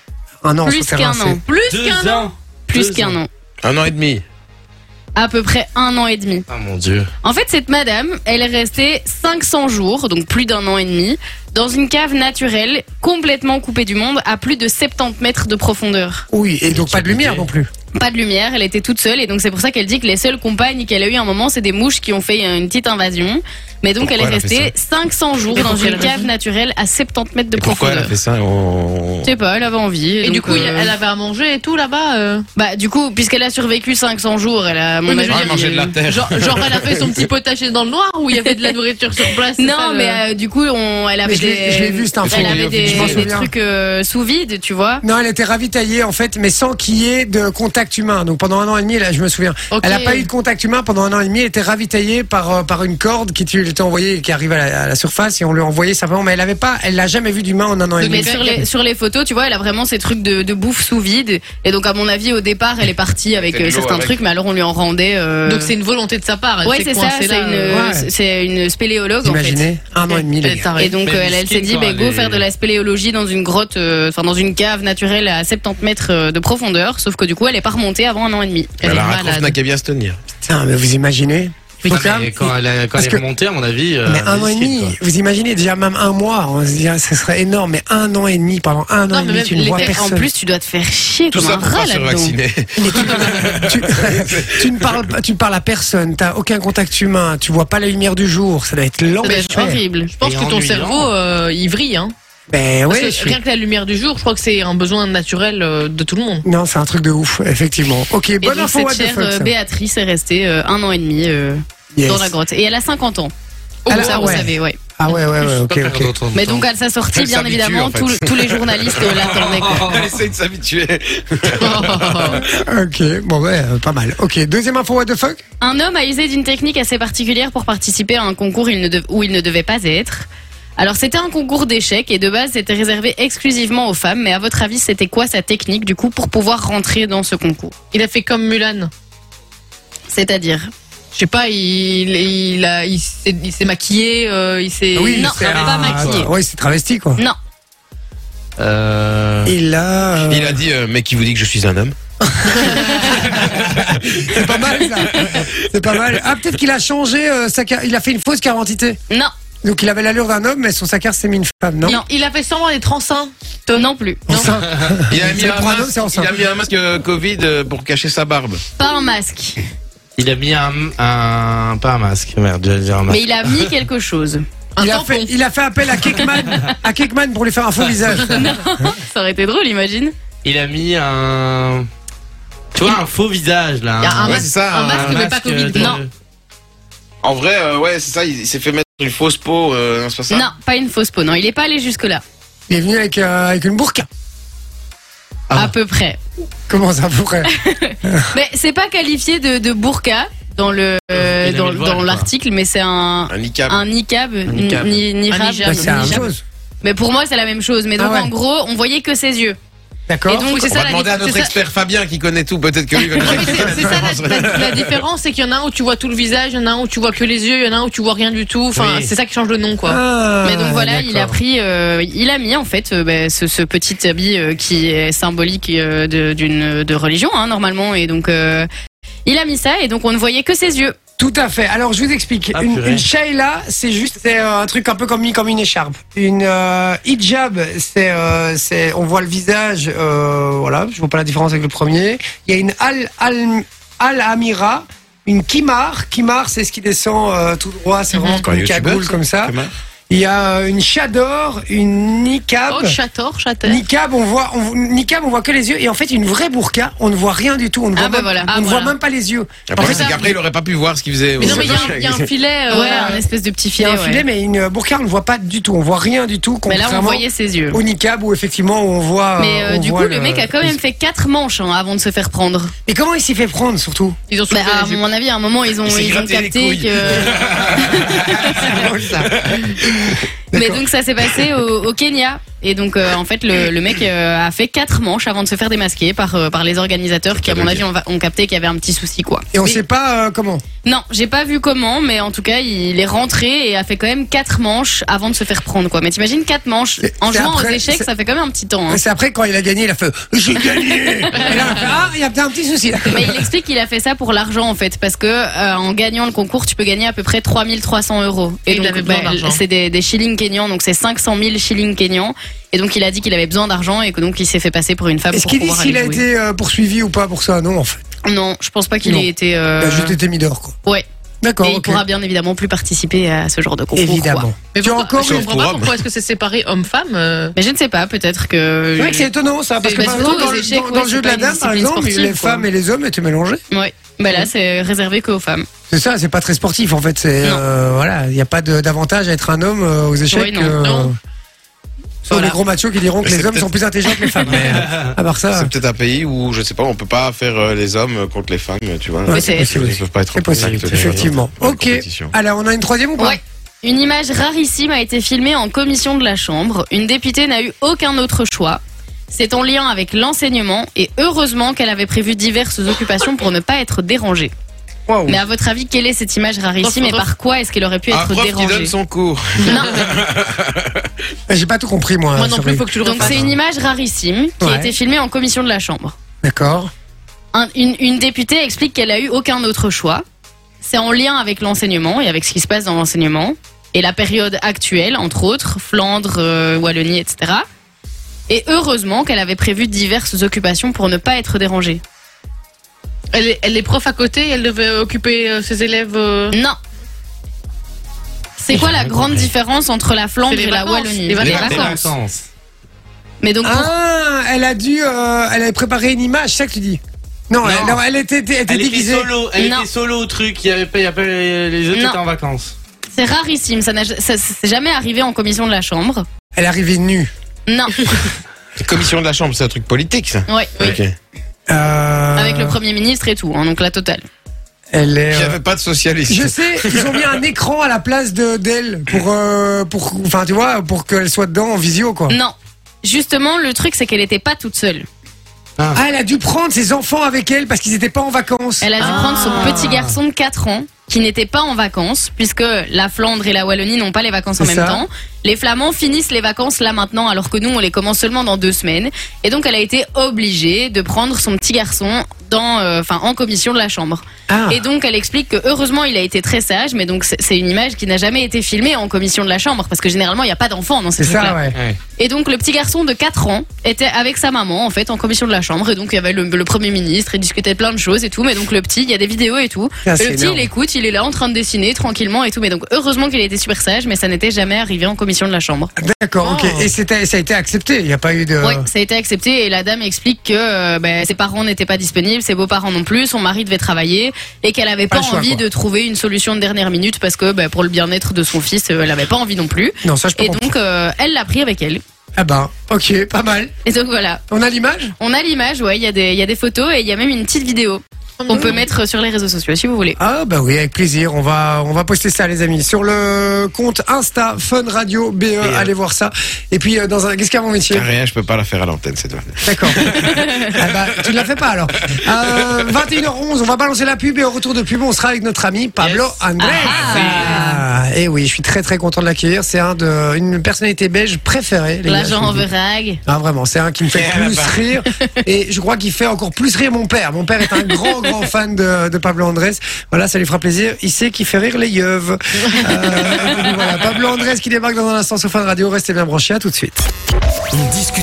Un an en Plus souterrain. qu'un an. c'est- Plus Deux qu'un an. ans. Plus Deux qu'un an. Un an et demi. À peu près un an et demi. Ah mon dieu. En fait, cette madame, elle est restée 500 jours, donc plus d'un an et demi, dans une cave naturelle complètement coupée du monde à plus de 70 mètres de profondeur. Oui, et donc pas de lumière non plus. Pas de lumière, elle était toute seule et donc c'est pour ça qu'elle dit que les seules compagnes qu'elle a eues à un moment, c'est des mouches qui ont fait euh, une petite invasion. Mais donc Pourquoi elle est elle a fait restée 500 jours Et dans pour une quelle cave raison naturelle à 70 mètres de Et pourquoi elle profondeur. a fait ça on- Je sais pas, elle avait envie. Et du donc, coup, il- euh, elle avait à manger et tout là-bas. euh. Bah du coup, puisqu'elle a survécu 500 jours, elle a à mon Oui, mais avis, je veux Ah, dire, euh, manger de la terre. Genre, genre, elle a fait son petit potager dans le noir où il y avait de la nourriture sur place. c'est ça, Non, le- mais euh, du coup, on, elle avait Mais je l'ai- des. je l'ai vu, c'était un Elle film, avait des, je m'en des souviens. trucs euh, sous vide, tu vois. Non, elle était ravitaillée en fait, mais sans qu'il y ait de contact humain. Donc pendant un an et demi, là, je me souviens, Ok. elle n'a pas eu de contact humain pendant un an et demi. Elle était ravitaillée par euh, par une corde qui, tu- était envoyée, qui arrive à la, à la surface et on lui a envoyé simplement, mais elle avait pas, elle l'a jamais vu d'humain en un an et mais demi. sur les, sur les photos, tu vois, elle a vraiment ces trucs de, de bouffe sous vide. Et donc, à mon avis, au départ, elle est partie avec C'était euh, de l'eau certains avec. trucs, mais alors on lui en rendait. euh, Donc c'est une volonté de sa part. elle Ouais, s'est c'est ça, coincée c'est là, une, euh, euh, ouais. c'est- c'est une spéléologue en fait. Imaginez, un an et demi, les Elle gars. t'arrête. Et donc Mais euh, elle, elle Miskin, s'est dit, quoi, ben elle go est- faire de la spéléologie dans une grotte, euh, enfin dans une cave naturelle à 70 mètres euh, de profondeur, sauf que du coup elle est pas remontée avant un an et demi. Elle est Lara Croft malade. n'a qu'à bien se tenir. Putain, mais vous imaginez Ah, Donc là, mais quand elle, a- quand parce elle est que- remontée, à mon avis. euh, mais un an et risqué, demi, quoi. vous imaginez déjà même un mois, on se dirait ce serait énorme, mais un an et demi, pendant un Non, an et mais demi, même tu ne les vois faire en En personne. plus tu dois te faire chier Tout comme ça un pour pas rat se là-dedans. vacciner. Mais *laughs* tu, tu- tu ne parles, pas- tu ne parles à personne, t'as aucun contact humain, tu vois pas la lumière du jour, ça doit être ça doit l'enfer. être horrible. Je pense Et que ton ennuyant. cerveau, euh, il vrille. Hein. Ben Parce ouais, que je suis- rien que la lumière du jour, je crois que c'est un besoin naturel euh, de tout le monde. Non, c'est un truc de ouf, effectivement. Ok, Et bonne donc info, what cette the chère fuck, euh, ça. Béatrice est restée euh, un an et demi euh, Yes. dans la grotte et elle a 50 ans. Oh, Elle a- ça ah vous ouais. *laughs* *laughs* savez, ouais. Ah ouais, ouais, ouais, Faut ok, pas perdre ok. autant de Mais temps. donc à sa sortie, Elle bien s'habitue, évidemment, en fait. tous- *laughs* tous les journalistes euh, l'attendaient. quoi. Elle essaie de s'habituer. Ok, bon ouais, euh, pas mal. Ok, deuxième info, what the fuck Un homme a usé d'une technique assez particulière pour participer à un concours il ne dev- où il ne devait pas être. Alors c'était un concours d'échecs et de base c'était réservé exclusivement aux femmes, mais à votre avis c'était quoi sa technique du coup pour pouvoir rentrer dans ce concours Il a fait comme Mulan. C'est-à-dire Je sais pas, il, il, a- il s'est il s'est maquillé, euh, il s'est. non, c'est elle est pas Mm. maquillée. Oui, c'est travesti, quoi. Non, Euh, Il a... Il a dit, euh, mec, qui vous dit que je suis un homme C'est pas mal, ça. C'est pas mal. Ah, peut-être qu'il a changé, euh, sa car- il a fait une fausse quarantité. non, Donc il avait l'allure d'un homme, mais son saccard s'est mis une femme, non Il, il a fait semblant d'être enceint. toi non plus. Bon, ça, il a, C'est mis un pour un homme, masque, c'est enceinte. il a mis un masque euh, Covid euh, pour cacher sa barbe. Pas un masque, il a mis un, un- Pas un masque, merde, j'allais dire un Bah. masque. mais il a mis quelque chose. Un il, a tampon. fait, il a fait appel à Kekman, à Kekman pour lui faire un faux visage. Ça aurait été drôle, imagine. Il a mis un. Tu vois, un faux visage là. hein. Il y a un Ouais, masque- c'est ça. un masque, mais pas Covid. de- Non. En vrai, euh, ouais, c'est ça, il, il s'est fait mettre une fausse peau, euh, c'est pas ça Non, pas une fausse peau, non, il est pas allé jusque-là. Il est venu avec, euh, avec une burqa. Ah. À peu près. Comment ça euh, pourrait Mais c'est pas qualifié de, de burqa dans le Euh, il a dans, mis le voile, dans quoi. l'article, mais c'est un Un niqab. un niqab, ni niqab. ni- ni Un niqab, hijab. bah, C'est la ni même hijab. chose. Mais pour moi, c'est la même chose. Mais donc, Ah ouais. en gros, on voyait que ses yeux. D'accord Et donc, c'est On ça va la demander à notre c'est ça- expert Fabien qui connaît tout, peut-être que lui va nous *laughs* Non, mais expliquer C'est la c'est ça différence. la, la- la différence, c'est qu'il y en a un où tu vois tout le visage, il y en a un où tu vois que les yeux, il y en a un où tu vois rien du tout. Enfin, Oui. c'est ça qui change le nom, quoi. Ah, Mais donc voilà, il a d'accord. pris, euh, il a mis en fait euh, bah, ce, ce petit habit euh, qui est symbolique euh, de- d'une de religion hein, normalement. Et donc euh, il a mis ça et donc on ne voyait que ses yeux. Tout à fait. Alors je vous explique. Ah, une, purée. une shayla, c'est juste c'est euh, un truc un peu comme mis comme une écharpe. Une euh, hijab, c'est euh, c'est on voit le visage. euh, voilà, je vois pas la différence avec le premier. Il y a une al al al amira. Une kimar, kimar c'est ce qui descend euh, tout droit, c'est vraiment Mhm. comme Un une youtubeur, cagoule ça, comme ça. Comment Il y a euh, une chador, une niqab. Oh, chator, chater. Niqab, on voit, on, niqab, on voit que les yeux. Et en fait, une vraie burqa, on ne voit rien du tout. On ne Ah voit, bah même, voilà. on Ah, ne voilà. voit même pas les yeux. En Le fait, problème, c'est ça- qu'après, il aurait pas pu voir ce qu'il faisait. Mais non, mais il y a un- il y, a un filet. euh, ouais, un espèce de petit Il y filet. a un ouais. filet, mais une burqa, on ne voit pas du tout. On voit rien du tout. Mais là, on contrairement voyait ses yeux. Au niqab, où effectivement, on voit. Mais euh, euh, on du coup, voit le mec a quand même fait quatre manches hein, avant de se faire prendre. Et comment il s'y fait prendre, surtout Ils ont Bah, soulevé à les yeux. mon avis, à un moment, ils ont, Il s'est ils ont gratté les capté couilles. que. *laughs* C'est drôle, ça. Mais D'accord. donc ça s'est passé au, au Kenya. Et donc euh, en fait le, le mec euh, a fait quatre manches avant de se faire démasquer par, euh, par les organisateurs qui à mon avis ont, va- ont capté qu'il y avait un petit souci quoi. Et on sait pas euh, comment. Non, j'ai pas vu comment, mais en tout cas il est rentré et a fait quand même quatre manches avant de se faire prendre quoi. Mais t'imagines quatre manches C'est- en c'est jouant après- aux échecs, c'est- ça fait quand même un petit temps. hein. Et C'est après, quand il a gagné, il a fait J'ai gagné Et là, on a fait, Ah, il y a peut-être un petit souci. Mais il explique qu'il a fait ça pour l'argent en fait, parce que euh, en gagnant le concours, tu peux gagner à peu près 3300 euros. bah, Et il avait besoin d'argent. c'est des, des shillings kenyans, donc c'est 500 000 shillings kenyans. Et donc il a dit qu'il avait besoin d'argent et que donc il s'est fait passer pour une femme. Est-ce pour qu'il dit pouvoir s'il a aller jouer. été euh, poursuivi ou pas pour ça Non, en fait. Non, je pense pas qu'il Non. ait été. euh, Il a juste été mis dehors, quoi. Ouais. D'accord, mais il ok. pourra bien évidemment plus participer à ce genre de concours. quoi. Évidemment. Mais Tu as pourquoi- encore je une- comprends Pour pas homme. pourquoi est-ce que c'est séparé homme-femme. euh, Mais je ne sais pas, peut-être que. C'est vrai que c'est étonnant ça, parce que bah, par surtout exemple, dans, les le- échecs, dans- ouais, dans le c'est jeu de pas la une dame, par discipline exemple, sportive, les quoi. femmes et les hommes étaient mélangés. Ouais. Bah là, c'est réservé qu'aux femmes. C'est ça, c'est pas très sportif en fait. C'est Non. euh, voilà, il n'y a pas de- d'avantage à être un homme euh, aux échecs. Oui, non, euh, non. Sauf Voilà. les gros machos qui diront que Mais les c'est hommes sont plus intelligents que les femmes. Mais, euh, *laughs* à part ça, C'est peut-être un pays où, je sais pas, on peut pas faire euh, les hommes contre les femmes, tu vois. Ouais, c'est- Ils peuvent pas être en c'est possible, contact, euh, effectivement. dans une Ok. compétition. Alors, on a une troisième ou pas Ouais. Une image rarissime a été filmée en commission de la Chambre. Une députée n'a eu aucun autre choix. C'est en lien avec l'enseignement et heureusement qu'elle avait prévu diverses occupations pour ne pas être dérangée. Waouh. Mais à votre avis, quelle est cette image rarissime et par quoi est-ce qu'elle aurait pu Un être prof qui dérangée donne son cours. Non, *laughs* Ah, J'ai pas tout compris, moi. Moi non plus, Sabri. faut que tu le donc refasses. c'est une image rarissime qui Ouais. a été filmée en commission de la Chambre. D'accord. Un- une, une députée explique qu'elle a eu aucun autre choix. C'est en lien avec l'enseignement et avec ce qui se passe dans l'enseignement et la période actuelle, entre autres, Flandre, euh, Wallonie, etc. Et heureusement qu'elle avait prévu diverses occupations pour ne pas être dérangée. Elle est, elle est prof à côté, elle devait occuper euh, ses élèves. euh, Non. C'est quoi la rien grande compris. différence entre la Flandre C'est les et la vacances. Wallonie Les vacances. Les vacances. vacances. Mais donc, pour- Ah, elle a dû. euh, elle avait préparé une image, c'est ça que tu dis Non, Non. Elle, non, elle était, elle était Elle était déguisée. solo, elle Non. était solo au truc, il y avait pas, il y avait pas les les autres Non. étaient en vacances. c'est rarissime. Ça n'a ça- ça- c'est jamais arrivé en commission de la Chambre. Elle est arrivée nue. *laughs* Non. Commission de la chambre, c'est un truc politique, ça. Ouais. Ok. Euh, Avec le Premier ministre et tout. hein, donc la totale. Elle Il est. n'y euh, avait pas de socialiste. Ah, Je sais, ils ont mis un écran à la place de d'elle pour euh, pour enfin tu vois pour qu'elle soit dedans en visio quoi. Non. Justement, le truc, c'est qu'elle n'était pas toute seule. Ah, elle a dû prendre ses enfants avec elle parce qu'ils étaient pas en vacances. Elle a dû Ah. prendre son petit garçon de 4 ans qui n'était pas en vacances, puisque la Flandre et la Wallonie n'ont pas les vacances en C'est même ça. temps. Les Flamands finissent les vacances là maintenant, alors que nous, on les commence seulement dans deux semaines. Et donc, elle a été obligée de prendre son petit garçon dans, euh, enfin, en commission de la chambre. Ah. Et donc, elle explique que heureusement, il a été très sage, mais donc, c'est- c'est une image qui n'a jamais été filmée en commission de la chambre, parce que généralement, il n'y a pas d'enfant dans ces C'est ça trucs-là. ouais. Et donc le petit garçon de 4 ans était avec sa maman en fait en commission de la chambre et donc il y avait le, le premier ministre, il discutait plein de choses et tout mais donc le petit, il y a des vidéos et tout. Ah, c'est le petit énorme. il écoute, il est là en train de dessiner tranquillement et tout mais donc heureusement qu'il était super sage mais ça n'était jamais arrivé en commission de la chambre. D'accord, Oh. ok. Et c'était, ça a été accepté. Il n'y a pas eu de. Ouais, ça a été accepté et la dame explique que euh, ben, ses parents n'étaient pas disponibles, ses beaux-parents non plus, son mari devait travailler et qu'elle avait Pas pas, le choix, envie quoi. de trouver une solution de dernière minute parce que ben, pour le bien-être de son fils, euh, elle avait pas envie non plus Non, ça je peux et comprendre. donc euh, elle l'a pris avec elle. Ah ben, ok, pas mal. Et donc voilà, On a l'image On a l'image, ouais, il y, a des- il y a des photos et il y a même une petite vidéo qu'on peut mettre sur les réseaux sociaux si vous voulez. Ah bah oui, avec plaisir. On va, on va poster ça, les amis, sur le compte Insta Fun Radio BE. Allez voir ça. Et puis euh, dans un, qu'est-ce qu'il y a mon métier Rien, je peux pas la faire à l'antenne, cette vanne. D'accord. *laughs* ah bah, tu ne la fais pas alors. Euh, 21h11, on va balancer la pub et au retour de pub, on sera avec notre ami Pablo Andrés. Ah, et oui, je suis très très content de l'accueillir. C'est un de, une personnalité belge préférée. les gars, je L'agent vous en le dis. verrague. Ah vraiment, c'est un qui me fait Eh, plus là-bas. rire et je crois qu'il fait encore plus rire mon père. Mon père est un grand *laughs* grand fan de, de Pablo Andrés. Voilà, ça lui fera plaisir. Il sait qu'il fait rire les yeuves. *laughs* Euh, voilà, Pablo Andrés qui débarque dans un instant sur Fun Radio. Restez bien branchés. À tout de suite. On discute